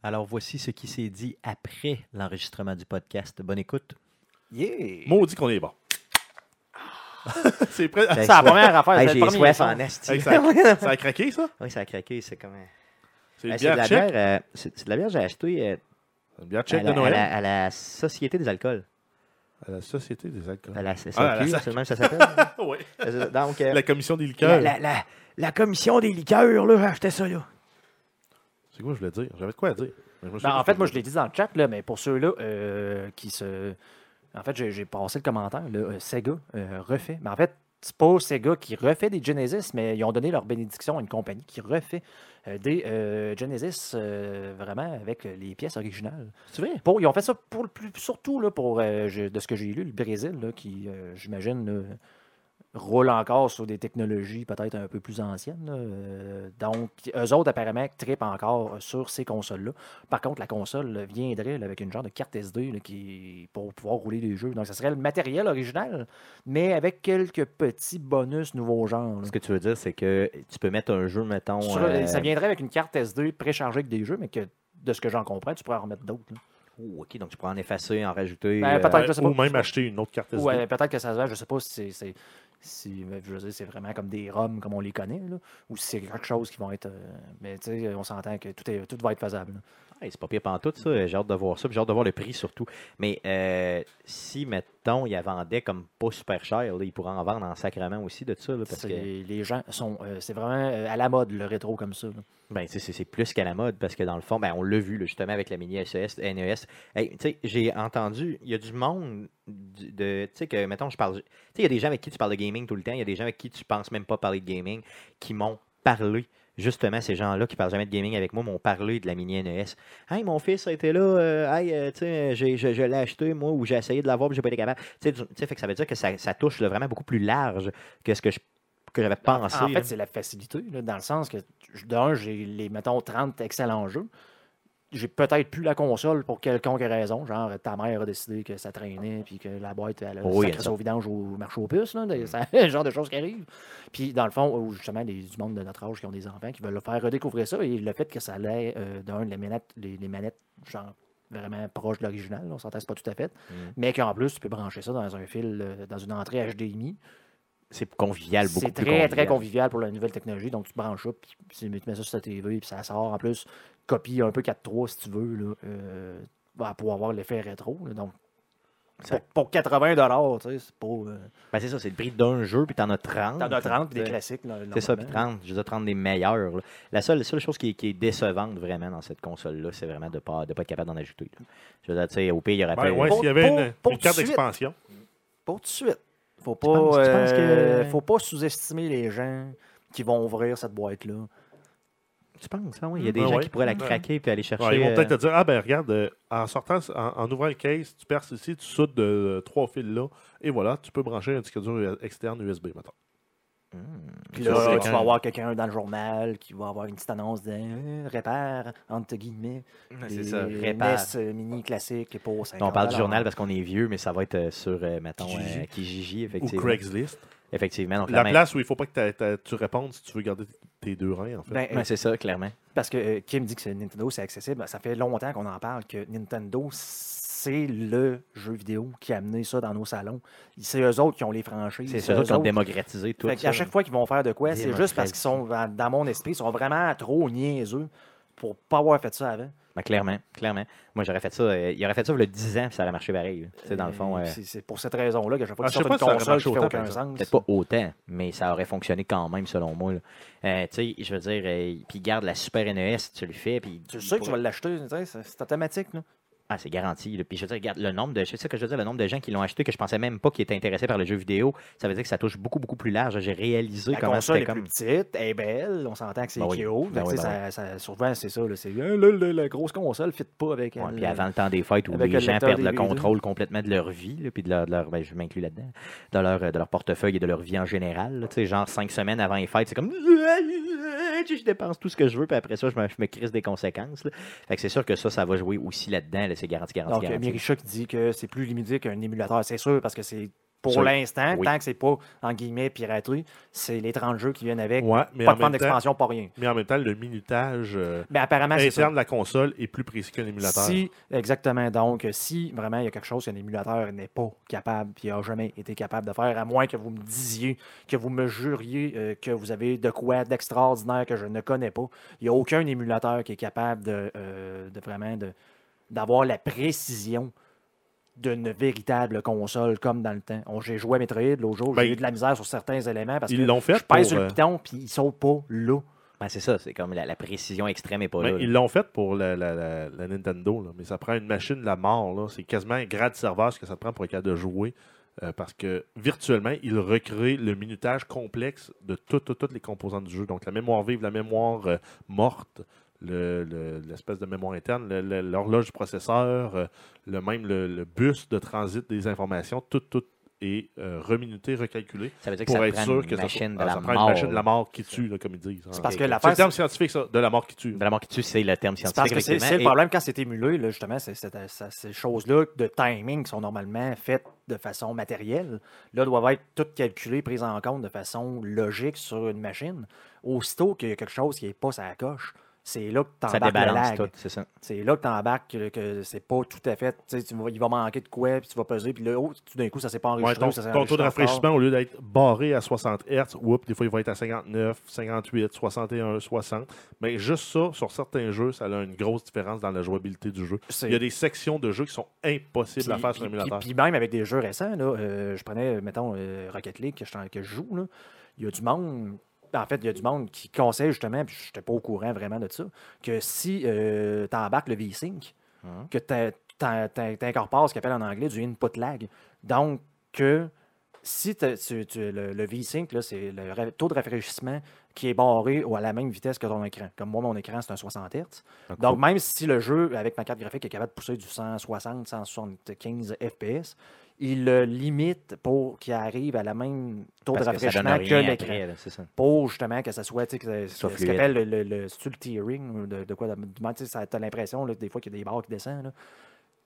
[SPEAKER 2] alors voici ce qui s'est dit après l'enregistrement du podcast. Bonne écoute.
[SPEAKER 3] Yeah.
[SPEAKER 1] Maudit qu'on est bon. c'est prêt.
[SPEAKER 2] Ben,
[SPEAKER 3] C'est la
[SPEAKER 2] soif.
[SPEAKER 3] première affaire.
[SPEAKER 2] Hey,
[SPEAKER 3] c'est le
[SPEAKER 2] J'ai
[SPEAKER 3] premier
[SPEAKER 2] soif
[SPEAKER 3] son.
[SPEAKER 2] en esti.
[SPEAKER 1] Hey, ça, ça a craqué, ça?
[SPEAKER 2] Oui, ça a craqué, c'est comme... un-
[SPEAKER 1] C'est
[SPEAKER 2] Hey,
[SPEAKER 1] une
[SPEAKER 2] C'est de
[SPEAKER 1] bière
[SPEAKER 2] la bière,
[SPEAKER 1] check.
[SPEAKER 2] euh, c'est c'est de la bière que j'ai achetée euh,
[SPEAKER 1] Une bière
[SPEAKER 2] à,
[SPEAKER 1] check de
[SPEAKER 2] Ben, la- à
[SPEAKER 1] Noël.
[SPEAKER 2] la- à la Société des alcools.
[SPEAKER 1] À la Société des alcools.
[SPEAKER 2] À la
[SPEAKER 1] Ah, à la
[SPEAKER 2] SAQ,
[SPEAKER 1] SAQ.
[SPEAKER 2] c'est le même que ça s'appelle.
[SPEAKER 1] Ah ouais.
[SPEAKER 2] Donc, euh,
[SPEAKER 1] La commission des
[SPEAKER 2] la,
[SPEAKER 1] liqueurs.
[SPEAKER 2] la- la- la commission des liqueurs, là, achetait ça, là.
[SPEAKER 1] C'est quoi je voulais dire? J'avais de quoi à dire. Mais je me
[SPEAKER 3] Ben,
[SPEAKER 1] souviens
[SPEAKER 3] en fait,
[SPEAKER 1] plus.
[SPEAKER 3] moi, je l'ai dit dans le chat, là, mais pour ceux-là euh, qui se. En fait, j'ai j'ai passé le commentaire. Là, euh, Sega euh, refait. Mais en fait, c'est pas Sega qui refait des Genesis, mais ils ont donné leur bénédiction à une compagnie qui refait euh, des euh, Genesis euh, vraiment avec euh, les pièces originales.
[SPEAKER 2] C'est vrai?
[SPEAKER 3] Pour, ils ont fait ça pour le plus, surtout là, pour, euh, je- de ce que j'ai lu, le Brésil, là, qui, euh, j'imagine, là, roule encore sur des technologies peut-être un peu plus anciennes. là. Euh, donc, eux autres, apparemment, tripent encore sur ces consoles-là. Par contre, la console là, viendrait là, avec une genre de carte SD là, qui, pour pouvoir rouler les jeux. Donc, ça serait le matériel original, mais avec quelques petits bonus nouveaux genres. là.
[SPEAKER 2] Ce que tu veux dire, c'est que tu peux mettre un jeu, mettons.
[SPEAKER 3] Sur-
[SPEAKER 2] euh,
[SPEAKER 3] Ça viendrait avec une carte SD préchargée avec des jeux, mais que, de ce que j'en comprends, tu pourrais en remettre d'autres. là.
[SPEAKER 2] oh, ok, donc tu pourras en effacer, en rajouter.
[SPEAKER 3] Ben,
[SPEAKER 2] euh,
[SPEAKER 3] peut-être. je sais pas.
[SPEAKER 1] Ou même acheter une autre carte SD.
[SPEAKER 3] Ou euh, peut-être que ça se vend, je sais pas si c'est- c'est. si, ben, je veux dire, c'est vraiment comme des ROM comme on les connaît, là, ou si c'est quelque chose qui va être. euh, mais tu sais, on s'entend que tout, est, tout va être faisable. là.
[SPEAKER 2] Hey, c'est pas pire pantoute, ça. J'ai hâte de voir ça. puis J'ai hâte de voir le prix surtout. Mais euh, si, mettons, il la vendait comme pas super cher, là, il pourrait en vendre en sacrement aussi de ça. là, parce
[SPEAKER 3] C'est-
[SPEAKER 2] que
[SPEAKER 3] Les gens sont. euh, c'est vraiment euh, à la mode, le rétro comme ça. là.
[SPEAKER 2] ben, tu sais, c'est c'est plus qu'à la mode parce que dans le fond, ben, on l'a vu là, justement avec la mini E SES, NES. Hey, tu sais, J'ai entendu, il y a du monde du- de. Tu sais, que, mettons, je parle. Tu sais, il y a des gens avec qui tu parles de gaming tout le temps. Il y a des gens avec qui tu penses même pas parler de gaming qui m'ont parlé. Justement, ces gens-là qui parlent jamais de gaming avec moi m'ont parlé de la mini NES. Hey, mon fils a été là, euh, hey, euh, tu sais, j'ai- je, je l'ai acheté, moi, ou j'ai essayé de l'avoir, puis j'ai pas été capable. Tu sais, du- tu sais, fait que ça veut dire que ça, ça touche là, vraiment beaucoup plus large que ce que je que j'avais pensé.
[SPEAKER 3] Ben, En
[SPEAKER 2] là.
[SPEAKER 3] fait, c'est la facilité, là, dans le sens que, je- d'un, j'ai les, mettons, 30 excellents jeux. J'ai peut-être plus la console pour quelconque raison. Genre, ta mère a décidé que ça traînait, puis que la boîte, elle a
[SPEAKER 2] Oui,
[SPEAKER 3] sacré
[SPEAKER 2] elle Mm.
[SPEAKER 3] ça
[SPEAKER 2] sort.
[SPEAKER 3] au vidange au marché aux puces. Là, des- ça- le genre de choses qui arrivent. Puis, dans le fond, où justement, les, du monde de notre âge qui ont des enfants, qui veulent le faire redécouvrir ça, et le fait que ça allait, euh, d'un, les manettes, les, les manettes, genre, vraiment proche de l'original, là, on s'entend, c'est pas tout à fait,
[SPEAKER 2] Mm.
[SPEAKER 3] mais qu'en plus, tu peux brancher ça dans un fil, euh, dans une entrée HDMI,
[SPEAKER 2] c'est convivial, beaucoup
[SPEAKER 3] c'est
[SPEAKER 2] plus
[SPEAKER 3] très, très convivial pour la nouvelle technologie. Donc, tu te branches ça, puis tu mets tu mets ça sur ta TV, puis ça sort. En plus, copie un peu 4.3 si tu veux, là, euh, bah, pour avoir l'effet rétro. là. donc,
[SPEAKER 2] Ça-
[SPEAKER 3] pour, pour 80 tu sais, c'est pas. Euh,
[SPEAKER 2] Ben, c'est ça, c'est le prix d'un jeu, puis t'en as 30.
[SPEAKER 3] T'en as 30 puis des
[SPEAKER 2] t'sais.
[SPEAKER 3] classiques. là,
[SPEAKER 2] Ah, C'est ça, puis
[SPEAKER 3] normalement.
[SPEAKER 2] 30, je veux dire 30 des meilleurs. là. La seule, seule chose qui, est- qui est décevante vraiment dans cette console-là, c'est vraiment de ne pas, de pas être capable d'en ajouter. là. Je veux dire, tu sais, au pire, il y aurait
[SPEAKER 1] Ben,
[SPEAKER 2] pas-
[SPEAKER 1] ouais,
[SPEAKER 3] Pour-
[SPEAKER 1] s'il y avait
[SPEAKER 3] pour-
[SPEAKER 1] une,
[SPEAKER 3] pour
[SPEAKER 1] une carte
[SPEAKER 3] tout de suite.
[SPEAKER 1] d'expansion.
[SPEAKER 3] Pour tout de suite. Faut pas,
[SPEAKER 2] penses- tu penses
[SPEAKER 3] euh,
[SPEAKER 2] que-
[SPEAKER 3] faut pas sous-estimer les gens qui vont ouvrir cette boîte-là.
[SPEAKER 2] Tu penses, hein, ouais, il y a des
[SPEAKER 1] Ben
[SPEAKER 2] gens
[SPEAKER 1] ouais.
[SPEAKER 2] qui pourraient la
[SPEAKER 1] Ouais.
[SPEAKER 2] craquer puis aller chercher.
[SPEAKER 1] Ouais, ils vont
[SPEAKER 2] euh,
[SPEAKER 1] peut-être te dire Ah, ben regarde, euh, en sortant, en, en ouvrant le case, tu perces ici, tu sautes de euh, trois fils là, et voilà, tu peux brancher un disque dur euh, externe USB, maintenant.
[SPEAKER 3] Puis
[SPEAKER 1] Ça,
[SPEAKER 3] là,
[SPEAKER 1] c'est
[SPEAKER 3] tu
[SPEAKER 1] quand-
[SPEAKER 3] vas avoir quelqu'un dans le journal qui va avoir une petite annonce de euh, répare, entre guillemets,
[SPEAKER 2] c'est
[SPEAKER 3] des
[SPEAKER 2] ça, répare.
[SPEAKER 3] NES euh, mini classique pour 50
[SPEAKER 2] on parle du journal parce qu'on est vieux, mais ça va être euh, sur, euh, mettons,
[SPEAKER 1] Kijiji.
[SPEAKER 2] euh, Kijiji,
[SPEAKER 1] Ou
[SPEAKER 2] effectivement.
[SPEAKER 1] Craigslist.
[SPEAKER 2] Effectivement. Donc,
[SPEAKER 1] La
[SPEAKER 2] main-
[SPEAKER 1] place où il ne faut pas que t'a- t'a- tu répondes si tu veux garder t- tes deux reins, en fait.
[SPEAKER 3] Ben, euh,
[SPEAKER 2] Ouais, c'est ça, clairement.
[SPEAKER 3] parce que euh, Kim dit que c'est- Nintendo, c'est accessible. Ben, Ça fait longtemps qu'on en parle que Nintendo, c'est le jeu vidéo qui a amené ça dans nos salons. C'est eux autres qui ont les franchises.
[SPEAKER 2] C'est
[SPEAKER 3] eux
[SPEAKER 2] ça, eux qui ont
[SPEAKER 3] autres.
[SPEAKER 2] démocratisé tout
[SPEAKER 3] Fait
[SPEAKER 2] ça.
[SPEAKER 3] qu'à chaque fois qu'ils vont faire de quoi, c'est juste
[SPEAKER 2] Démocratie.
[SPEAKER 3] parce qu'ils sont, dans dans mon esprit, ils sont vraiment trop niaiseux pour pas avoir fait ça avant.
[SPEAKER 2] Ben, clairement, clairement. Moi, j'aurais fait ça, euh, il aurait fait ça le 10 ans, puis ça aurait marché pareil. là. Tu sais, dans le fond,
[SPEAKER 3] Euh,
[SPEAKER 2] euh,
[SPEAKER 3] C'est c'est pour cette raison-là que je fois
[SPEAKER 1] Ah,
[SPEAKER 3] qu'ils
[SPEAKER 1] je sais
[SPEAKER 3] sortent
[SPEAKER 1] pas
[SPEAKER 3] une
[SPEAKER 1] si ça aurait
[SPEAKER 3] console qui
[SPEAKER 1] marché
[SPEAKER 3] fait
[SPEAKER 1] autant, par
[SPEAKER 3] aucun sens.
[SPEAKER 2] Peut-être pas autant, mais ça aurait fonctionné quand même, selon moi. là. Euh, tu sais, je veux dire, euh, puis il garde la Super NES, tu le fais, puis...
[SPEAKER 3] Tu
[SPEAKER 2] il
[SPEAKER 3] sais que tu vas
[SPEAKER 2] pourrait-
[SPEAKER 3] l'acheter, tu sais, c'est c'est automatique. Là.
[SPEAKER 2] Ah, c'est garanti. là. Puis je veux dire, regarde, le nombre de... C'est ça que je veux dire, le nombre de gens qui l'ont acheté, que je pensais même pas qu'ils étaient intéressés par le jeu vidéo, ça veut dire que ça touche beaucoup, beaucoup plus large. J'ai réalisé
[SPEAKER 3] La
[SPEAKER 2] comment
[SPEAKER 3] console
[SPEAKER 2] c'était
[SPEAKER 3] est
[SPEAKER 2] comme...
[SPEAKER 3] plus petite, elle est belle, on s'entend que c'est
[SPEAKER 2] Ben oui.
[SPEAKER 3] cute. donc,
[SPEAKER 2] Ben oui,
[SPEAKER 3] tu sais,
[SPEAKER 2] ben
[SPEAKER 3] ça, ça- souvent, c'est ça. là, C'est euh, là, là, la grosse console ne fit pas avec
[SPEAKER 2] Ouais,
[SPEAKER 3] elle.
[SPEAKER 2] puis avant le temps des fêtes où
[SPEAKER 3] Avec
[SPEAKER 2] les
[SPEAKER 3] un
[SPEAKER 2] gens
[SPEAKER 3] lecteur
[SPEAKER 2] perdent le
[SPEAKER 3] DVD.
[SPEAKER 2] contrôle complètement de leur vie, là, puis de leur, de leur- ben, je m'inclus là-dedans, de leur, euh, de leur portefeuille et de leur vie en général. là, tu sais, genre cinq semaines avant les fêtes, c'est comme je dépense tout ce que je veux, puis après ça, je me, je me crisse des conséquences. là. Fait que c'est sûr que ça, ça va jouer aussi là-dedans, là, c'est garanti, garanti,
[SPEAKER 3] Donc, euh,
[SPEAKER 2] garanti.
[SPEAKER 3] Mirisha qui dit que c'est plus limité qu'un émulateur, c'est sûr, parce que c'est
[SPEAKER 2] Sûr.
[SPEAKER 3] pour l'instant,
[SPEAKER 2] Oui.
[SPEAKER 3] tant que c'est pas, en guillemets, piraterie, c'est les 30 jeux qui viennent avec.
[SPEAKER 1] Ouais, mais
[SPEAKER 3] pas
[SPEAKER 1] en
[SPEAKER 3] de plan
[SPEAKER 1] même temps-
[SPEAKER 3] d'expansion, pas rien.
[SPEAKER 1] Mais en même temps, le minutage euh,
[SPEAKER 3] Mais apparemment, c'est ça.
[SPEAKER 1] interne de la console est plus précis qu'un émulateur.
[SPEAKER 3] Si, exactement. Donc, si vraiment il y a quelque chose qu'un émulateur n'est pas capable, puis n'a jamais été capable de faire, à moins que vous me disiez, que vous me juriez euh, que vous avez de quoi d'extraordinaire que je ne connais pas, il n'y a aucun émulateur qui est capable de, euh, de vraiment de- d'avoir la précision d'une véritable console comme dans le temps. On- J'ai joué à Metroid l'autre jour,
[SPEAKER 1] Ben,
[SPEAKER 3] j'ai eu de la misère sur certains éléments parce
[SPEAKER 1] Ils
[SPEAKER 3] que
[SPEAKER 1] l'ont fait
[SPEAKER 3] je pèse
[SPEAKER 1] pour,
[SPEAKER 3] sur
[SPEAKER 1] euh,
[SPEAKER 3] le piton puis ils sont pas là.
[SPEAKER 2] Ben, c'est ça, c'est comme la, la précision extrême est pas
[SPEAKER 1] Ben,
[SPEAKER 2] là. là.
[SPEAKER 1] ils l'ont fait pour la, la- la- la Nintendo, là, mais ça prend une machine de la mort. là. C'est quasiment un grade serveur ce que ça te prend pour être capable de jouer. euh, parce que virtuellement, ils recréent le minutage complexe de tout- tout- toutes les composantes du jeu. Donc la mémoire vive, la mémoire euh, morte, le- le- l'espèce de mémoire interne, le- le- l'horloge du processeur, euh, le même le, le bus de transit des informations, tout, tout est euh, reminuté, recalculé
[SPEAKER 2] Ça veut dire que
[SPEAKER 1] pour
[SPEAKER 2] ça
[SPEAKER 1] être
[SPEAKER 2] prend
[SPEAKER 1] sûr
[SPEAKER 2] une
[SPEAKER 1] que ça,
[SPEAKER 2] machine de
[SPEAKER 1] ah,
[SPEAKER 2] la
[SPEAKER 1] ça prend
[SPEAKER 2] mort,
[SPEAKER 1] une machine de la
[SPEAKER 2] là.
[SPEAKER 1] mort qui tue, là, comme ils disent. hein.
[SPEAKER 3] C'est parce
[SPEAKER 2] Ok, ok.
[SPEAKER 3] que
[SPEAKER 1] C'est le
[SPEAKER 3] l'affaire,
[SPEAKER 1] terme scientifique, ça, de la mort qui tue.
[SPEAKER 2] Vraiment que tu sais le terme scientifique.
[SPEAKER 3] C'est parce que c'est
[SPEAKER 2] effectivement,
[SPEAKER 3] c'est le
[SPEAKER 2] et-
[SPEAKER 3] problème quand c'est émulé, là, justement, c'est c'est- euh, ça- ces choses-là de timing qui sont normalement faites de façon matérielle, là, doivent être toutes calculées, prises en compte de façon logique sur une machine. Aussitôt qu'il y a quelque chose qui n'est pas sa coche, c'est là que
[SPEAKER 2] Ça
[SPEAKER 3] t'embarques le
[SPEAKER 2] débalance
[SPEAKER 3] lag.
[SPEAKER 2] tout, c'est ça.
[SPEAKER 3] C'est là que t'embarques que, que c'est pas tout à fait. tu sais, Tu vas, il va manquer de quoi, puis tu vas peser, puis là, oh, tout d'un coup, ça s'est pas
[SPEAKER 1] Ouais,
[SPEAKER 3] enregistré.
[SPEAKER 1] ton,
[SPEAKER 3] ou ça s'est
[SPEAKER 1] ton taux de
[SPEAKER 3] enregistré encore.
[SPEAKER 1] rafraîchissement, au lieu d'être barré à 60 Hz, oups, des fois, il va être à 59, 58, 61, 60. Mais juste ça, sur certains jeux, ça a une grosse différence dans la jouabilité du jeu.
[SPEAKER 3] C'est-
[SPEAKER 1] Il y a des sections de jeux qui sont impossibles à faire sur
[SPEAKER 3] puis-
[SPEAKER 1] l'émulateur.
[SPEAKER 3] puis- puis même avec des jeux récents, là, euh, je prenais, mettons, euh, Rocket League que je, t'en- que je joue, là, il y a du monde. En fait, il y a du monde qui conseille justement, puis je n'étais pas au courant vraiment de ça, que si tu embarques le V-Sync,
[SPEAKER 2] Mhm.
[SPEAKER 3] que tu incorpores ce qu'on appelle en anglais du input lag. Donc, que si t'as- tu- tu- le, le V-Sync, là, c'est le ra- taux de rafraîchissement qui est barré ou à la même vitesse que ton écran. Comme moi, mon écran, c'est un 60 Hz. Donc, même si le jeu, avec ma carte graphique, est capable de pousser du 160, 175 FPS, il le limite pour qu'il arrive à la même taux de
[SPEAKER 2] Parce que ça
[SPEAKER 3] rafraîchissement
[SPEAKER 2] donne
[SPEAKER 3] que,
[SPEAKER 2] rien
[SPEAKER 3] l'écran.
[SPEAKER 2] après, là, c'est ça.
[SPEAKER 3] Pour justement que ça soit, tu sais, que ça-
[SPEAKER 2] Soit
[SPEAKER 3] ce
[SPEAKER 2] fluide.
[SPEAKER 3] qu'on appelle le, le, le- c'est-tu le tearing, ou de, de quoi, de, de- tu sais, ça- t'as l'impression, là, des fois, qu'il y a des barres qui descendent. là.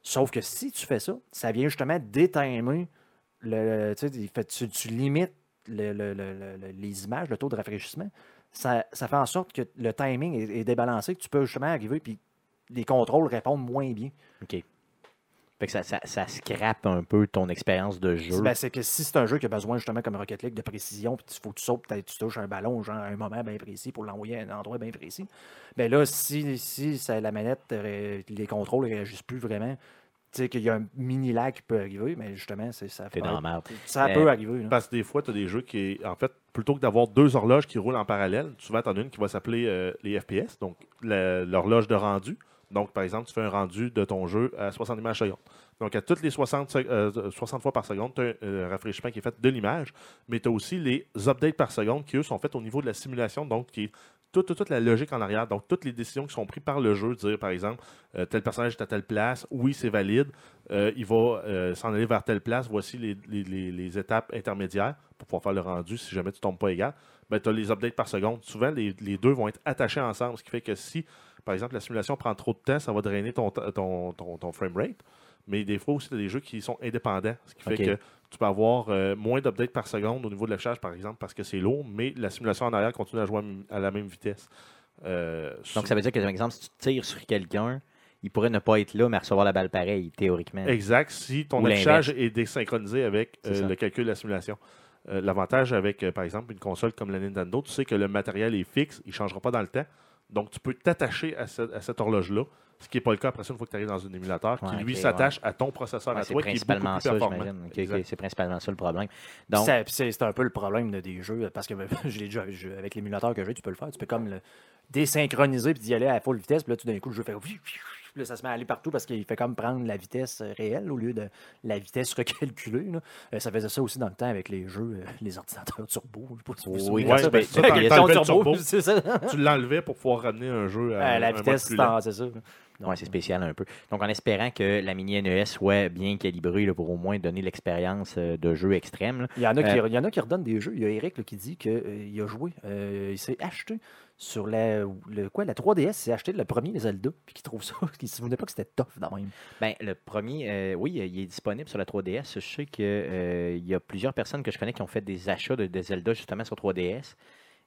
[SPEAKER 3] Sauf que si tu fais ça, ça vient justement détimer, le, tu, sais, il fait- tu, tu limites le- le- le- le- le- les images, le taux de rafraîchissement. Ça, ça fait en sorte que le timing est, est débalancé, que tu peux justement arriver, puis les contrôles répondent moins bien.
[SPEAKER 2] Fait que ça, ça, ça scrape un peu ton expérience de jeu.
[SPEAKER 3] Ben, c'est que si c'est un jeu qui a besoin, justement, comme Rocket League, de précision, puis il faut que tu sautes, peut-être tu touches un ballon, genre à un moment bien précis pour l'envoyer à un endroit bien précis. Ben là, si, si ça- la manette, euh, les contrôles ne réagissent plus vraiment, tu sais qu'il y a un mini lag qui peut arriver, mais justement, c'est, ça,
[SPEAKER 2] T'es
[SPEAKER 3] peut-
[SPEAKER 2] dans la merde.
[SPEAKER 3] ça
[SPEAKER 2] Euh,
[SPEAKER 3] peut arriver. là.
[SPEAKER 1] Parce que des fois, tu as des jeux qui, en fait, plutôt que d'avoir deux horloges qui roulent en parallèle, souvent, tu en as une qui va s'appeler euh, les FPS, donc la- l'horloge de rendu. Donc, par exemple, tu fais un rendu de ton jeu à 60 images secondes. Donc, à toutes les 60, sec- euh, 60 fois par seconde, tu as un euh, rafraîchissement qui est fait de l'image, mais tu as aussi les updates par seconde qui, eux, sont faits au niveau de la simulation, donc qui est toute, toute, toute la logique en arrière, donc toutes les décisions qui sont prises par le jeu, dire par exemple, euh, tel personnage est à telle place, oui, c'est valide, euh, il va euh, s'en aller vers telle place, voici les, les- les- les étapes intermédiaires pour pouvoir faire le rendu si jamais tu tombes pas égal. Ben, tu as les updates par seconde. Souvent, les, les deux vont être attachés ensemble, ce qui fait que si, par exemple, la simulation prend trop de temps, ça va drainer ton, ta- ton, ton, ton frame rate. Mais des fois aussi, tu des jeux qui sont indépendants, ce qui fait
[SPEAKER 2] Ok.
[SPEAKER 1] que tu peux avoir euh, moins d'updates par seconde au niveau de l'affichage, par exemple, parce que c'est lourd, mais la simulation en arrière continue à jouer à m- à la même vitesse. Euh,
[SPEAKER 2] Donc, ça veut dire que, par exemple, si tu tires sur quelqu'un, il pourrait ne pas être là, mais recevoir la balle pareil, théoriquement.
[SPEAKER 1] Exact, si ton
[SPEAKER 2] Ou
[SPEAKER 1] affichage est désynchronisé avec
[SPEAKER 2] C'est
[SPEAKER 1] euh,
[SPEAKER 2] ça.
[SPEAKER 1] le calcul de la simulation. Euh, L'avantage avec, euh, par exemple, une console comme la Nintendo, tu sais que le matériel est fixe, il ne changera pas dans le temps. Donc, tu peux t'attacher à, ce- à cette horloge-là, ce qui n'est pas le cas après ça une fois que tu arrives dans un émulateur,
[SPEAKER 2] Ouais,
[SPEAKER 1] qui lui
[SPEAKER 2] ok,
[SPEAKER 1] s'attache à ton processeur
[SPEAKER 2] Ouais,
[SPEAKER 1] à
[SPEAKER 2] c'est
[SPEAKER 1] toi, qui est beaucoup
[SPEAKER 2] principalement
[SPEAKER 1] plus
[SPEAKER 2] ça,
[SPEAKER 1] performant.
[SPEAKER 2] j'imagine. Ok, ok,
[SPEAKER 1] Exact.
[SPEAKER 2] c'est principalement ça le problème.
[SPEAKER 3] Puis
[SPEAKER 2] Donc,
[SPEAKER 3] ça- puis c'est, c'est un peu le problème de- des jeux, parce que ben, je l'ai déjà je- avec l'émulateur que j'ai, tu peux le faire. Tu peux comme le désynchroniser puis d'y aller à full vitesse, puis là, tout d'un coup, le jeu fait. Puis là, ça se met à aller partout parce qu'il fait comme prendre la vitesse euh, réelle au lieu de la vitesse recalculée. là. Euh, ça faisait ça aussi dans le temps avec les jeux, euh, les ordinateurs turbo. Je sais pas si vous vous
[SPEAKER 2] Oui,
[SPEAKER 3] souvenez
[SPEAKER 2] ouais,
[SPEAKER 3] de ça.
[SPEAKER 2] ben,
[SPEAKER 1] ça,
[SPEAKER 3] La
[SPEAKER 1] t'enlevais
[SPEAKER 3] question
[SPEAKER 1] le
[SPEAKER 3] turbo,
[SPEAKER 1] turbo.
[SPEAKER 3] c'est ça.
[SPEAKER 1] Tu l'enlevais pour pouvoir ramener un jeu à,
[SPEAKER 3] À la
[SPEAKER 1] un mode
[SPEAKER 3] vitesse,
[SPEAKER 1] plus
[SPEAKER 3] c'est
[SPEAKER 1] lent.
[SPEAKER 3] ça. Donc,
[SPEAKER 2] ouais, c'est spécial un peu. Donc, en espérant que la mini NES soit bien calibrée là, pour au moins donner l'expérience euh, de jeu extrême. là.
[SPEAKER 3] Il y, en a qui,
[SPEAKER 2] Euh,
[SPEAKER 3] il y en a qui redonnent des jeux. Il y a Eric là, qui dit qu'il a joué, euh, il s'est acheté sur la, le, quoi, la 3DS, il s'est acheté le premier des Zelda, puis qu'il trouve ça, qu'il ne se souvenait pas que c'était tough dans même.
[SPEAKER 2] Ben, le premier, euh, oui, euh, il est disponible sur la 3DS. Je sais qu'il il y a plusieurs personnes que je connais qui ont fait des achats de, de Zelda justement sur 3DS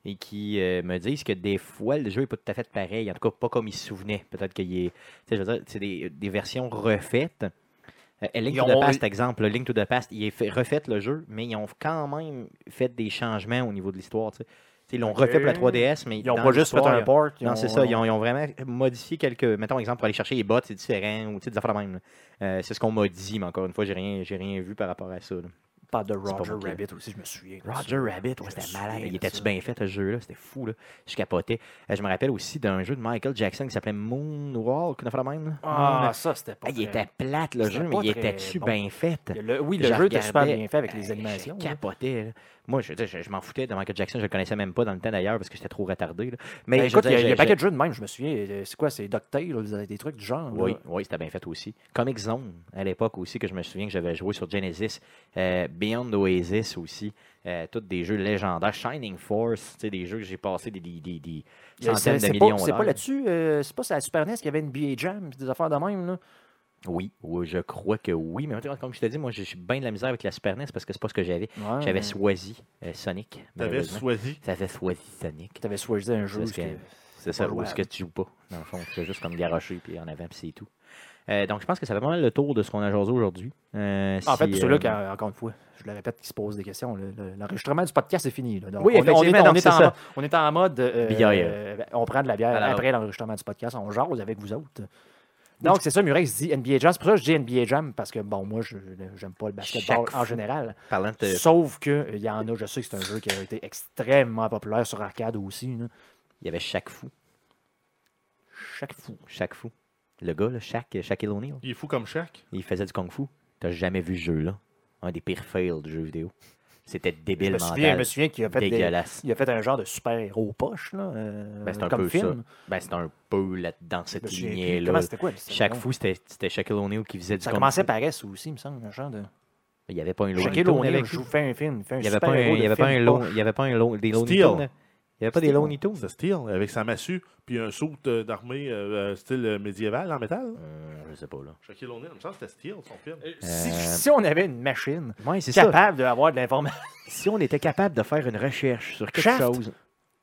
[SPEAKER 2] et qui euh, me disent que des fois, le jeu n'est pas tout à fait pareil. En tout cas, pas comme ils se souvenaient. Peut-être qu'il est. tu sais, je veux dire, c'est des, des versions refaites. Euh, Link
[SPEAKER 3] Ils
[SPEAKER 2] to the
[SPEAKER 3] ont-
[SPEAKER 2] Past, exemple, Link to the Past, il est fait- refait le jeu, mais ils ont quand même fait des changements au niveau de l'histoire. tu sais. Tu sais, Ils l'ont
[SPEAKER 3] Ok.
[SPEAKER 2] refait pour la 3DS, mais
[SPEAKER 3] Ils n'ont
[SPEAKER 2] dans
[SPEAKER 3] pas juste fait
[SPEAKER 2] l'histoire,
[SPEAKER 3] un
[SPEAKER 2] ils-
[SPEAKER 3] port. ils
[SPEAKER 2] non,
[SPEAKER 3] ont- euh,
[SPEAKER 2] c'est ça. Ils ont, ils ont vraiment modifié quelques. Mettons, exemple, pour aller chercher les bottes, c'est différent, ou tu sais, des affaires de même. là. Euh, c'est ce qu'on m'a dit, mais encore une fois, j'ai rien, j'ai rien vu par rapport à ça. là.
[SPEAKER 3] Pas de
[SPEAKER 2] pas
[SPEAKER 3] Roger
[SPEAKER 2] moi qui-
[SPEAKER 3] Rabbit aussi, je me souviens. de
[SPEAKER 2] Roger
[SPEAKER 3] ça.
[SPEAKER 2] Rabbit, ouais,
[SPEAKER 3] Je me
[SPEAKER 2] c'était
[SPEAKER 3] souviens
[SPEAKER 2] malade.
[SPEAKER 3] de
[SPEAKER 2] Il était-tu
[SPEAKER 3] ça.
[SPEAKER 2] bien fait, ce jeu-là? C'était fou, là. Je capotais. Euh, je me rappelle aussi d'un jeu de Michael Jackson qui s'appelait Moonwalk, une affaire de même. là.
[SPEAKER 3] Ah, ça, c'était pas.
[SPEAKER 2] Ah, il
[SPEAKER 3] vrai.
[SPEAKER 2] était plate, le
[SPEAKER 3] C'était
[SPEAKER 2] jeu, mais
[SPEAKER 3] pas
[SPEAKER 2] il
[SPEAKER 3] très
[SPEAKER 2] était-tu
[SPEAKER 3] bon.
[SPEAKER 2] bien fait?
[SPEAKER 3] Le- oui, le
[SPEAKER 2] Je
[SPEAKER 3] jeu était super
[SPEAKER 2] regardais,
[SPEAKER 3] bien fait avec les
[SPEAKER 2] euh,
[SPEAKER 3] animations.
[SPEAKER 2] Je
[SPEAKER 3] là.
[SPEAKER 2] capotais. là. Moi, je, veux dire, je, je m'en foutais de Michael Jackson. Je le connaissais même pas dans le temps d'ailleurs parce que j'étais trop retardé. là. Mais
[SPEAKER 3] Ben,
[SPEAKER 2] je veux
[SPEAKER 3] écoute, il
[SPEAKER 2] dire,
[SPEAKER 3] y a- il y a
[SPEAKER 2] j'ai-
[SPEAKER 3] un paquet de jeux de même, je me souviens. euh, C'est quoi, c'est DuckTales, des trucs du genre.
[SPEAKER 2] Oui,
[SPEAKER 3] là.
[SPEAKER 2] oui, c'était bien fait aussi. Comic Zone, à l'époque aussi, que je me souviens que j'avais joué sur Genesis. Euh, Beyond Oasis aussi. Euh, tous des jeux légendaires. Shining Force, tu sais, des jeux que j'ai passé des, des- des- des
[SPEAKER 3] C'est-
[SPEAKER 2] centaines de
[SPEAKER 3] c'est pas-
[SPEAKER 2] millions
[SPEAKER 3] C'est pas
[SPEAKER 2] d'heures.
[SPEAKER 3] là-dessus, euh, c'est pas sur la Super NES qu'il y avait NBA Jam, pis des affaires de même. Là.
[SPEAKER 2] Oui, oui, je crois que oui. Mais en tout cas, comme je te dis, moi, je suis bien de la misère avec la Super NES parce que c'est pas ce que j'avais.
[SPEAKER 3] Ah, Ouais.
[SPEAKER 2] J'avais choisi euh, Sonic,
[SPEAKER 1] Tu avais
[SPEAKER 2] malheureusement.
[SPEAKER 1] choisi.
[SPEAKER 2] J'avais choisi Sonic.
[SPEAKER 3] Tu avais choisi un jeu.
[SPEAKER 2] Parce que-
[SPEAKER 3] que-
[SPEAKER 2] C'est ça,
[SPEAKER 3] Pas
[SPEAKER 2] ou est-ce que tu joues pas, dans le fond. Tu fais juste comme garocher, puis en avant, puis c'est tout. Euh, donc, je pense que ça fait pas mal le tour de ce qu'on a jasé aujourd'hui. Euh, si,
[SPEAKER 3] En fait, ceux-là,
[SPEAKER 2] euh,
[SPEAKER 3] qui, euh, encore une fois, je le répète, qui se posent des questions, le- le- l'enregistrement du podcast est fini. là. Donc,
[SPEAKER 2] Oui,
[SPEAKER 3] on est- on, est,
[SPEAKER 2] effectivement,
[SPEAKER 3] on,
[SPEAKER 2] donc
[SPEAKER 3] est
[SPEAKER 2] c'est
[SPEAKER 3] en,
[SPEAKER 2] ça.
[SPEAKER 3] mode- on est en mode. euh,
[SPEAKER 2] Bière.
[SPEAKER 3] euh, on prend de la bière
[SPEAKER 2] Alors-
[SPEAKER 3] après l'enregistrement du podcast, on jase avec vous autres. Donc, c'est ça, Murray se dit NBA Jam. C'est pour ça que je dis NBA Jam, parce que, bon, moi, je n'aime pas le basketball
[SPEAKER 2] Chaque
[SPEAKER 3] en
[SPEAKER 2] fois.
[SPEAKER 3] général.
[SPEAKER 2] parlant de.
[SPEAKER 3] Sauf qu'il y en a, je sais que c'est un jeu qui a été extrêmement populaire sur arcade aussi. là.
[SPEAKER 2] Il y avait chaque fou.
[SPEAKER 3] Chaque fou.
[SPEAKER 2] Chaque fou. Le gars, là, Shaq, Shaquille O'Neal,
[SPEAKER 1] Il est fou comme Shaq.
[SPEAKER 2] il faisait du kung fu. T'as jamais vu ce jeu-là. Un des pires fails du jeu vidéo. C'était
[SPEAKER 3] Je
[SPEAKER 2] débile
[SPEAKER 3] me souviens, je me
[SPEAKER 2] mental.
[SPEAKER 3] souviens qu'il a fait des,
[SPEAKER 2] Dégueulasse.
[SPEAKER 3] il a fait un genre de super-héros poche, là, euh,
[SPEAKER 2] Ben, c'est un
[SPEAKER 3] comme
[SPEAKER 2] peu
[SPEAKER 3] film.
[SPEAKER 2] Ben, c'était un peu là, dans
[SPEAKER 3] Je me
[SPEAKER 2] cette
[SPEAKER 3] souviens plus. Comment
[SPEAKER 2] lignée-là.
[SPEAKER 3] c'était quoi? le-
[SPEAKER 2] Chaque
[SPEAKER 3] non.
[SPEAKER 2] fou, c'était c'était Shaquille O'Neal qui faisait du
[SPEAKER 3] Ça
[SPEAKER 2] kung
[SPEAKER 3] commençait
[SPEAKER 2] fu.
[SPEAKER 3] par S aussi, il me semble, un genre de.
[SPEAKER 2] Il n'y avait pas un lot
[SPEAKER 3] Shaquille
[SPEAKER 2] O'Neal
[SPEAKER 3] O'Neal
[SPEAKER 2] avec
[SPEAKER 3] joue, fait un film, fait un
[SPEAKER 2] Il n'y avait pas un, il y avait pas un
[SPEAKER 3] long.
[SPEAKER 2] long, euh, il y avait pas un long, des Looney
[SPEAKER 1] Steel.
[SPEAKER 2] Tunes. hein. Il n'y avait pas des
[SPEAKER 3] Steel.
[SPEAKER 2] Looney Tunes.
[SPEAKER 1] C'est Steel, avec sa massue, puis un saut euh, d'armée euh, euh, style euh, médiéval en métal.
[SPEAKER 2] Euh, je sais pas là.
[SPEAKER 1] Shaquille O'Neal, il me semble que c'était Steel, son film.
[SPEAKER 3] Si,
[SPEAKER 2] Euh,
[SPEAKER 3] si on avait une machine
[SPEAKER 2] Ouais, c'est ça.
[SPEAKER 3] capable d'avoir de l'information.
[SPEAKER 2] Si on était capable de faire une recherche sur quelque
[SPEAKER 3] Shaft?
[SPEAKER 2] chose.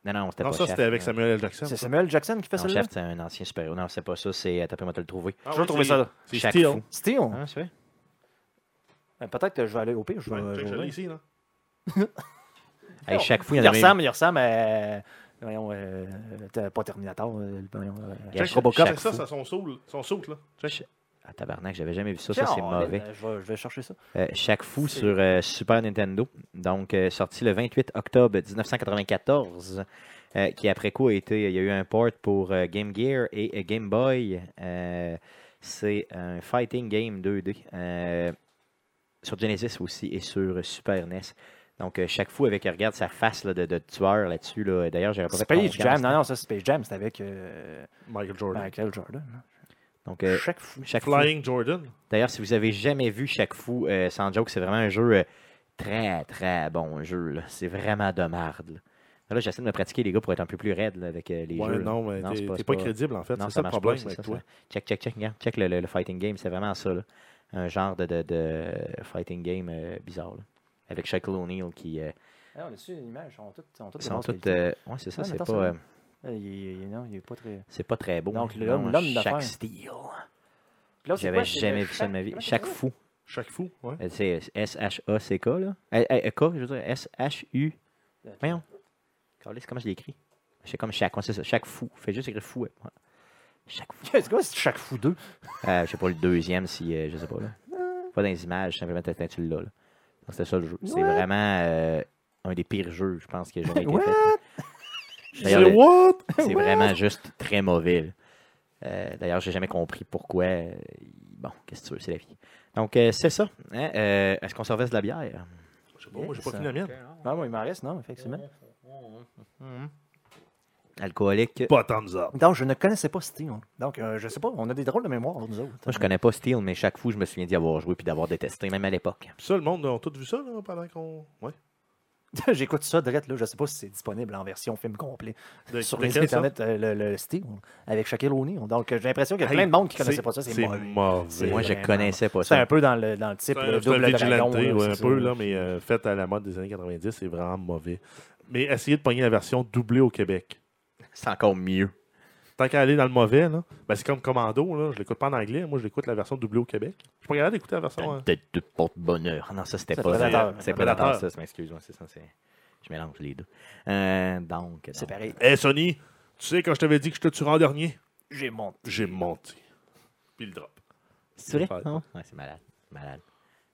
[SPEAKER 2] Non non, c'était pas
[SPEAKER 1] Non, Ah, ça,
[SPEAKER 2] Shaft,
[SPEAKER 1] c'était avec
[SPEAKER 2] non.
[SPEAKER 1] Samuel L. Jackson.
[SPEAKER 3] C'est Samuel Jackson qui fait
[SPEAKER 2] Non,
[SPEAKER 3] ça.
[SPEAKER 2] Shaft, c'est un ancien super-héros. Non, c'est pas ça, c'est attends, moi te le trouver.
[SPEAKER 1] Ah
[SPEAKER 3] Je
[SPEAKER 1] oui,
[SPEAKER 3] vais trouver
[SPEAKER 1] c'est-
[SPEAKER 3] ça là.
[SPEAKER 1] C'est
[SPEAKER 2] Shaq
[SPEAKER 1] Steel. Ah,
[SPEAKER 2] fou.
[SPEAKER 3] Steve,
[SPEAKER 2] Hein, c'est vrai?
[SPEAKER 3] ben, peut-être que je vais aller au pire. Je vais,
[SPEAKER 1] Ouais,
[SPEAKER 3] je
[SPEAKER 1] check,
[SPEAKER 3] vais-
[SPEAKER 1] je l'ai ici, là.
[SPEAKER 2] Hey,
[SPEAKER 3] Non,
[SPEAKER 2] chaque fou, il y
[SPEAKER 3] Il
[SPEAKER 2] en avait
[SPEAKER 3] ressemble, il ressemble à. Voyons, euh, t'as pas Terminator. euh, voyons, euh,
[SPEAKER 2] Il y a
[SPEAKER 1] Check,
[SPEAKER 2] Robocop.
[SPEAKER 1] check ça,
[SPEAKER 2] fou.
[SPEAKER 1] c'est son saut, son saut, là. Check.
[SPEAKER 2] Ah, tabarnak, j'avais jamais vu ça, ça c'est
[SPEAKER 3] tiens,
[SPEAKER 2] mauvais.
[SPEAKER 3] euh, Je vais, je vais chercher ça.
[SPEAKER 2] Euh, chaque fou
[SPEAKER 3] C'est-
[SPEAKER 2] sur euh, Super Nintendo, donc euh, sorti le 28 octobre 1994, euh, qui après coup a été, il y a eu un port pour euh, Game Gear et euh, Game Boy. Euh, c'est un fighting game 2D euh, sur Genesis aussi et sur euh, Super NES. Donc euh, chaque fou avec regarde sa face là, de, de tueur là-dessus. Là. D'ailleurs, j'aurais pas fait
[SPEAKER 3] Space
[SPEAKER 2] confiance.
[SPEAKER 3] Jam. Non, non, ça, Space Jam, c'était avec euh,
[SPEAKER 1] Michael Jordan.
[SPEAKER 3] Michael Jordan. hein.
[SPEAKER 2] Donc euh,
[SPEAKER 3] Chaque fou.
[SPEAKER 2] chaque fou.
[SPEAKER 1] Flying Jordan.
[SPEAKER 2] D'ailleurs, si vous avez jamais vu Chaque Fou, euh, sans joke, c'est vraiment un jeu euh, très, très bon jeu. là. C'est vraiment de marde. Là, là j'essaie de me pratiquer, les gars, pour être un peu plus raide là, avec euh, les
[SPEAKER 1] Ouais,
[SPEAKER 2] jeux. là.
[SPEAKER 1] non, mais
[SPEAKER 2] Non, c'est
[SPEAKER 1] t'es
[SPEAKER 2] pas-
[SPEAKER 1] t'es
[SPEAKER 2] c'est
[SPEAKER 1] pas
[SPEAKER 2] pas-
[SPEAKER 1] crédible, en fait.
[SPEAKER 2] Non,
[SPEAKER 1] C'est ça le
[SPEAKER 2] marche pas,
[SPEAKER 1] problème
[SPEAKER 2] c'est
[SPEAKER 1] avec
[SPEAKER 2] ça,
[SPEAKER 1] toi.
[SPEAKER 2] ça. Check, check, check, regarde, check le, le- le fighting game, c'est vraiment ça. là. Un genre de, de- de fighting game euh, bizarre. là. Avec Shaquille O'Neal qui euh,
[SPEAKER 3] Ah, on a-tu une image? Ils sont toutes- ils sont toutes de
[SPEAKER 2] sont
[SPEAKER 3] basse
[SPEAKER 2] toutes.
[SPEAKER 3] qualité.
[SPEAKER 2] euh, ouais, c'est ça,
[SPEAKER 3] Ah,
[SPEAKER 2] c'est
[SPEAKER 3] mettons
[SPEAKER 2] pas,
[SPEAKER 3] ça.
[SPEAKER 2] euh,
[SPEAKER 3] Euh, il- il- non, il est pas très.
[SPEAKER 2] c'est pas très beau.
[SPEAKER 3] Donc,
[SPEAKER 2] hein.
[SPEAKER 3] l'homme-
[SPEAKER 2] Non,
[SPEAKER 3] l'homme d'affaires.
[SPEAKER 2] Shaq Steel.
[SPEAKER 3] Puis là, c'est
[SPEAKER 2] J'avais
[SPEAKER 3] quoi, c'est
[SPEAKER 2] jamais
[SPEAKER 3] le
[SPEAKER 2] vu ça de ma vie.
[SPEAKER 3] Comment
[SPEAKER 2] Chaque
[SPEAKER 3] ça s'appelle?
[SPEAKER 2] fou.
[SPEAKER 1] Chaque fou, ouais.
[SPEAKER 2] Euh, C'est S-H-A-C-K, là. Euh, euh, K, je veux dire, S-H-U. Voyons. Câlisse, comment je l'écris? C'est comme chaque, ouais, c'est ça. Chaque fou. Fais juste écrire fou. ouais. Ouais. Chaque fou.
[SPEAKER 3] C'est quoi c'est chaque fou deux?
[SPEAKER 2] Euh, je sais pas, le deuxième, si, euh, je sais pas, là. Pas dans les images, simplement, t'as t'as- tu l'as, là. Donc, c'était ça le jeu. C'est
[SPEAKER 3] What?
[SPEAKER 2] vraiment euh, un des pires jeux, je pense, qui a jamais été
[SPEAKER 3] What?
[SPEAKER 2] fait. D'ailleurs,
[SPEAKER 1] C'est
[SPEAKER 2] le-
[SPEAKER 1] what?
[SPEAKER 2] c'est vraiment juste très mauvais. là. Euh, D'ailleurs, j'ai jamais compris pourquoi. euh, Bon, qu'est-ce que tu veux, c'est la vie. Donc, euh, c'est ça. hein. Euh, Est-ce qu'on servait de la bière?
[SPEAKER 1] Je sais pas, moi, j'ai
[SPEAKER 3] Yes.
[SPEAKER 1] pas fini la mienne.
[SPEAKER 3] Non, moi, il m'en reste, non, effectivement.
[SPEAKER 2] Alcoolique.
[SPEAKER 1] Bottoms up.
[SPEAKER 3] Donc, je ne connaissais pas Steam. Donc, euh, je sais pas, on a des drôles de mémoire, nous autres.
[SPEAKER 2] Moi, je connais pas Steel, mais chaque fou, je me souviens d'y avoir joué puis d'avoir détesté, même à l'époque.
[SPEAKER 1] Puis ça, le monde, on a tous vu ça, là, pendant qu'on. Ouais.
[SPEAKER 3] J'écoute ça direct, là. Je sais pas si c'est disponible en version film complet
[SPEAKER 1] De-
[SPEAKER 3] sur
[SPEAKER 1] de
[SPEAKER 3] les
[SPEAKER 1] quel, ça?
[SPEAKER 3] internets, euh, le, le Steam, avec Shaquille O'Neal. Donc, euh, j'ai l'impression qu'il y a
[SPEAKER 1] Hey,
[SPEAKER 3] plein de monde qui connaissait pas ça. C'est
[SPEAKER 1] C'est
[SPEAKER 3] mauvais.
[SPEAKER 1] mauvais.
[SPEAKER 2] Moi, je
[SPEAKER 3] vraiment-
[SPEAKER 2] connaissais pas
[SPEAKER 3] C'est un
[SPEAKER 2] ça.
[SPEAKER 3] peu dans le, dans le type
[SPEAKER 1] C'est un-
[SPEAKER 3] là,
[SPEAKER 1] c'est un
[SPEAKER 3] double dragon.
[SPEAKER 1] vigilante,
[SPEAKER 3] là,
[SPEAKER 1] ouais,
[SPEAKER 3] c'est
[SPEAKER 1] un
[SPEAKER 3] ça,
[SPEAKER 1] peu,
[SPEAKER 3] là.
[SPEAKER 1] là, mais euh, fait à la mode des années 90, c'est vraiment mauvais. Mais essayez de pogner la version doublée au Québec.
[SPEAKER 2] C'est encore mieux.
[SPEAKER 1] Tant qu'à aller dans le mauvais, là, ben, c'est comme Commando, là, je l'écoute pas en anglais, moi je l'écoute la version doublée au Québec. Je suis pas capable d'écouter la version. hein.
[SPEAKER 2] Tête de
[SPEAKER 3] Ah
[SPEAKER 2] porte-bonheur. Non, ça, c'était
[SPEAKER 3] C'est
[SPEAKER 2] pas.
[SPEAKER 3] Predator.
[SPEAKER 2] C'est
[SPEAKER 1] Predator.
[SPEAKER 2] Predator, ça, je m'excuse. ouais, c'est ça, c'est- Je mélange les deux. Euh, donc.
[SPEAKER 3] C'est pareil.
[SPEAKER 1] Hé Sony, tu sais, quand je t'avais dit que je te tuerais en dernier,
[SPEAKER 3] J'ai mon.
[SPEAKER 1] j'ai menti. Puis le drop.
[SPEAKER 2] C'est vrai?
[SPEAKER 1] Ouais.
[SPEAKER 2] non? Ouais, c'est malade. Malade.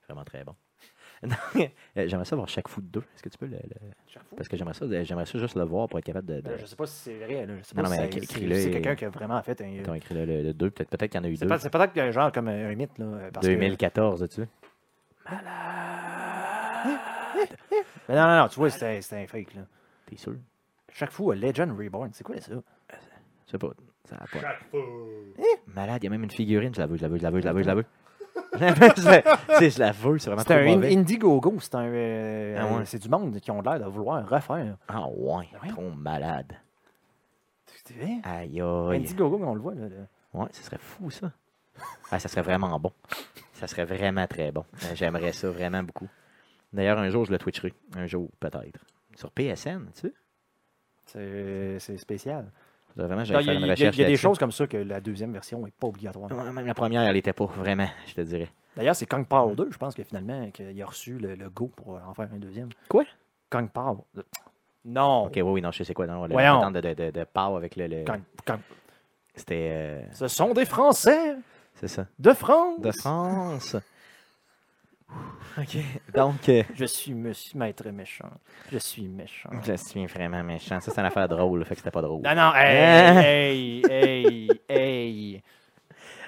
[SPEAKER 2] Vraiment très bon. Non, euh, j'aimerais ça voir chaque fou de deux. Est-ce que tu peux le. le-
[SPEAKER 3] Chaque fou.
[SPEAKER 2] Parce que j'aimerais ça, euh, j'aimerais ça juste le voir pour être capable de. de-
[SPEAKER 3] Ben, Je sais pas si c'est vrai. là. Je sais
[SPEAKER 2] Non,
[SPEAKER 3] pas
[SPEAKER 2] non, mais
[SPEAKER 3] si c'est-
[SPEAKER 2] écris-le
[SPEAKER 3] c'est
[SPEAKER 2] et-
[SPEAKER 3] quelqu'un qui a vraiment fait un.
[SPEAKER 2] T'as écrit le- le le deux. Peut-être peut-être qu'il y en a eu
[SPEAKER 3] C'est
[SPEAKER 2] deux.
[SPEAKER 3] peut- c'est peut-être un genre comme euh, un, un mythe. Là, parce que-
[SPEAKER 2] 2014, tu sais.
[SPEAKER 3] Mais non, non, non, tu vois, c'était c'était un fake. Là.
[SPEAKER 2] T'es sûr?
[SPEAKER 3] Chaque fou a Legend Reborn. C'est quoi ça?
[SPEAKER 2] Je sais pas. Ça a pas. Malade, il y a même une figurine. Je la veux, je la veux, je la veux, je la veux, je la veux. Je la veux, je la- tu sais, je la veux, c'est vraiment
[SPEAKER 3] C'est
[SPEAKER 2] trop
[SPEAKER 3] un
[SPEAKER 2] mauvais.
[SPEAKER 3] Indiegogo. C'est un. euh,
[SPEAKER 2] Ah ouais.
[SPEAKER 3] C'est du monde qui ont l'air de vouloir refaire.
[SPEAKER 2] Ah ouais,
[SPEAKER 3] Ah ouais?
[SPEAKER 2] trop malade.
[SPEAKER 3] C'est vrai?
[SPEAKER 2] Aïe aïe.
[SPEAKER 3] hein? Indiegogo, mais on le voit. Là, là.
[SPEAKER 2] Ouais, ça serait fou ça. Ah, ça serait vraiment bon. Ça serait vraiment très bon. Euh, J'aimerais ça vraiment beaucoup. D'ailleurs, un jour, je le twitcherai. Un jour, peut-être. Sur PSN, tu sais.
[SPEAKER 3] euh, C'est c'est spécial.
[SPEAKER 2] Vraiment,
[SPEAKER 3] Il y a,
[SPEAKER 2] j'allais faire
[SPEAKER 3] il
[SPEAKER 2] une
[SPEAKER 3] y a-
[SPEAKER 2] recherche
[SPEAKER 3] il y a des
[SPEAKER 2] là-dessus.
[SPEAKER 3] choses comme ça que la deuxième version n'est pas obligatoire.
[SPEAKER 2] Ouais, Même la première, elle n'était pas vraiment, je te dirais.
[SPEAKER 3] D'ailleurs, c'est Kang Power 2, je pense que finalement, qu'il a reçu le, le go pour en faire un deuxième.
[SPEAKER 2] Quoi?
[SPEAKER 3] Kang Power. Non.
[SPEAKER 2] Ok, oui, oui, non, je sais c'est quoi. Non, le
[SPEAKER 3] Oh. Voyons.
[SPEAKER 2] patente de, de, de, de Pau avec le. le-
[SPEAKER 3] Kang- Kang-
[SPEAKER 2] C'était. euh,
[SPEAKER 3] Ce sont des Français
[SPEAKER 2] c'est ça.
[SPEAKER 3] de France.
[SPEAKER 2] De France. ok. Donc, euh,
[SPEAKER 3] Je suis monsieur maître méchant. Je suis méchant.
[SPEAKER 2] je suis vraiment méchant. Ça, c'est une affaire drôle, fait que c'était pas drôle.
[SPEAKER 3] Non, non,
[SPEAKER 2] Hein?
[SPEAKER 3] hey, hey, hey, hey.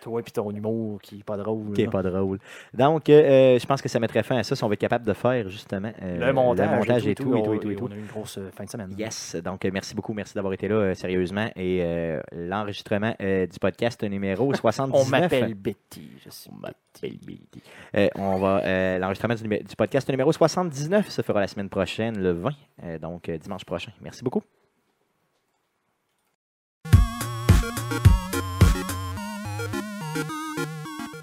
[SPEAKER 3] Toi et ton humour qui est pas drôle.
[SPEAKER 2] Qui est
[SPEAKER 3] là.
[SPEAKER 2] pas drôle. Donc, euh, je pense que ça mettrait fin à ça si on veut être capable de faire justement euh,
[SPEAKER 3] Le montage,
[SPEAKER 2] et tout, et tout, et tout, et tout.
[SPEAKER 3] On a eu une grosse euh, fin de semaine.
[SPEAKER 2] Yes, donc euh, merci beaucoup, merci d'avoir été là euh, sérieusement et euh, l'enregistrement euh, du podcast numéro 79.
[SPEAKER 3] On m'appelle Betty. Je suis
[SPEAKER 2] Euh, on va euh, l'enregistrement du, numé- du podcast numéro 79 se fera la semaine prochaine, le 20, euh, donc euh, dimanche prochain. Merci beaucoup.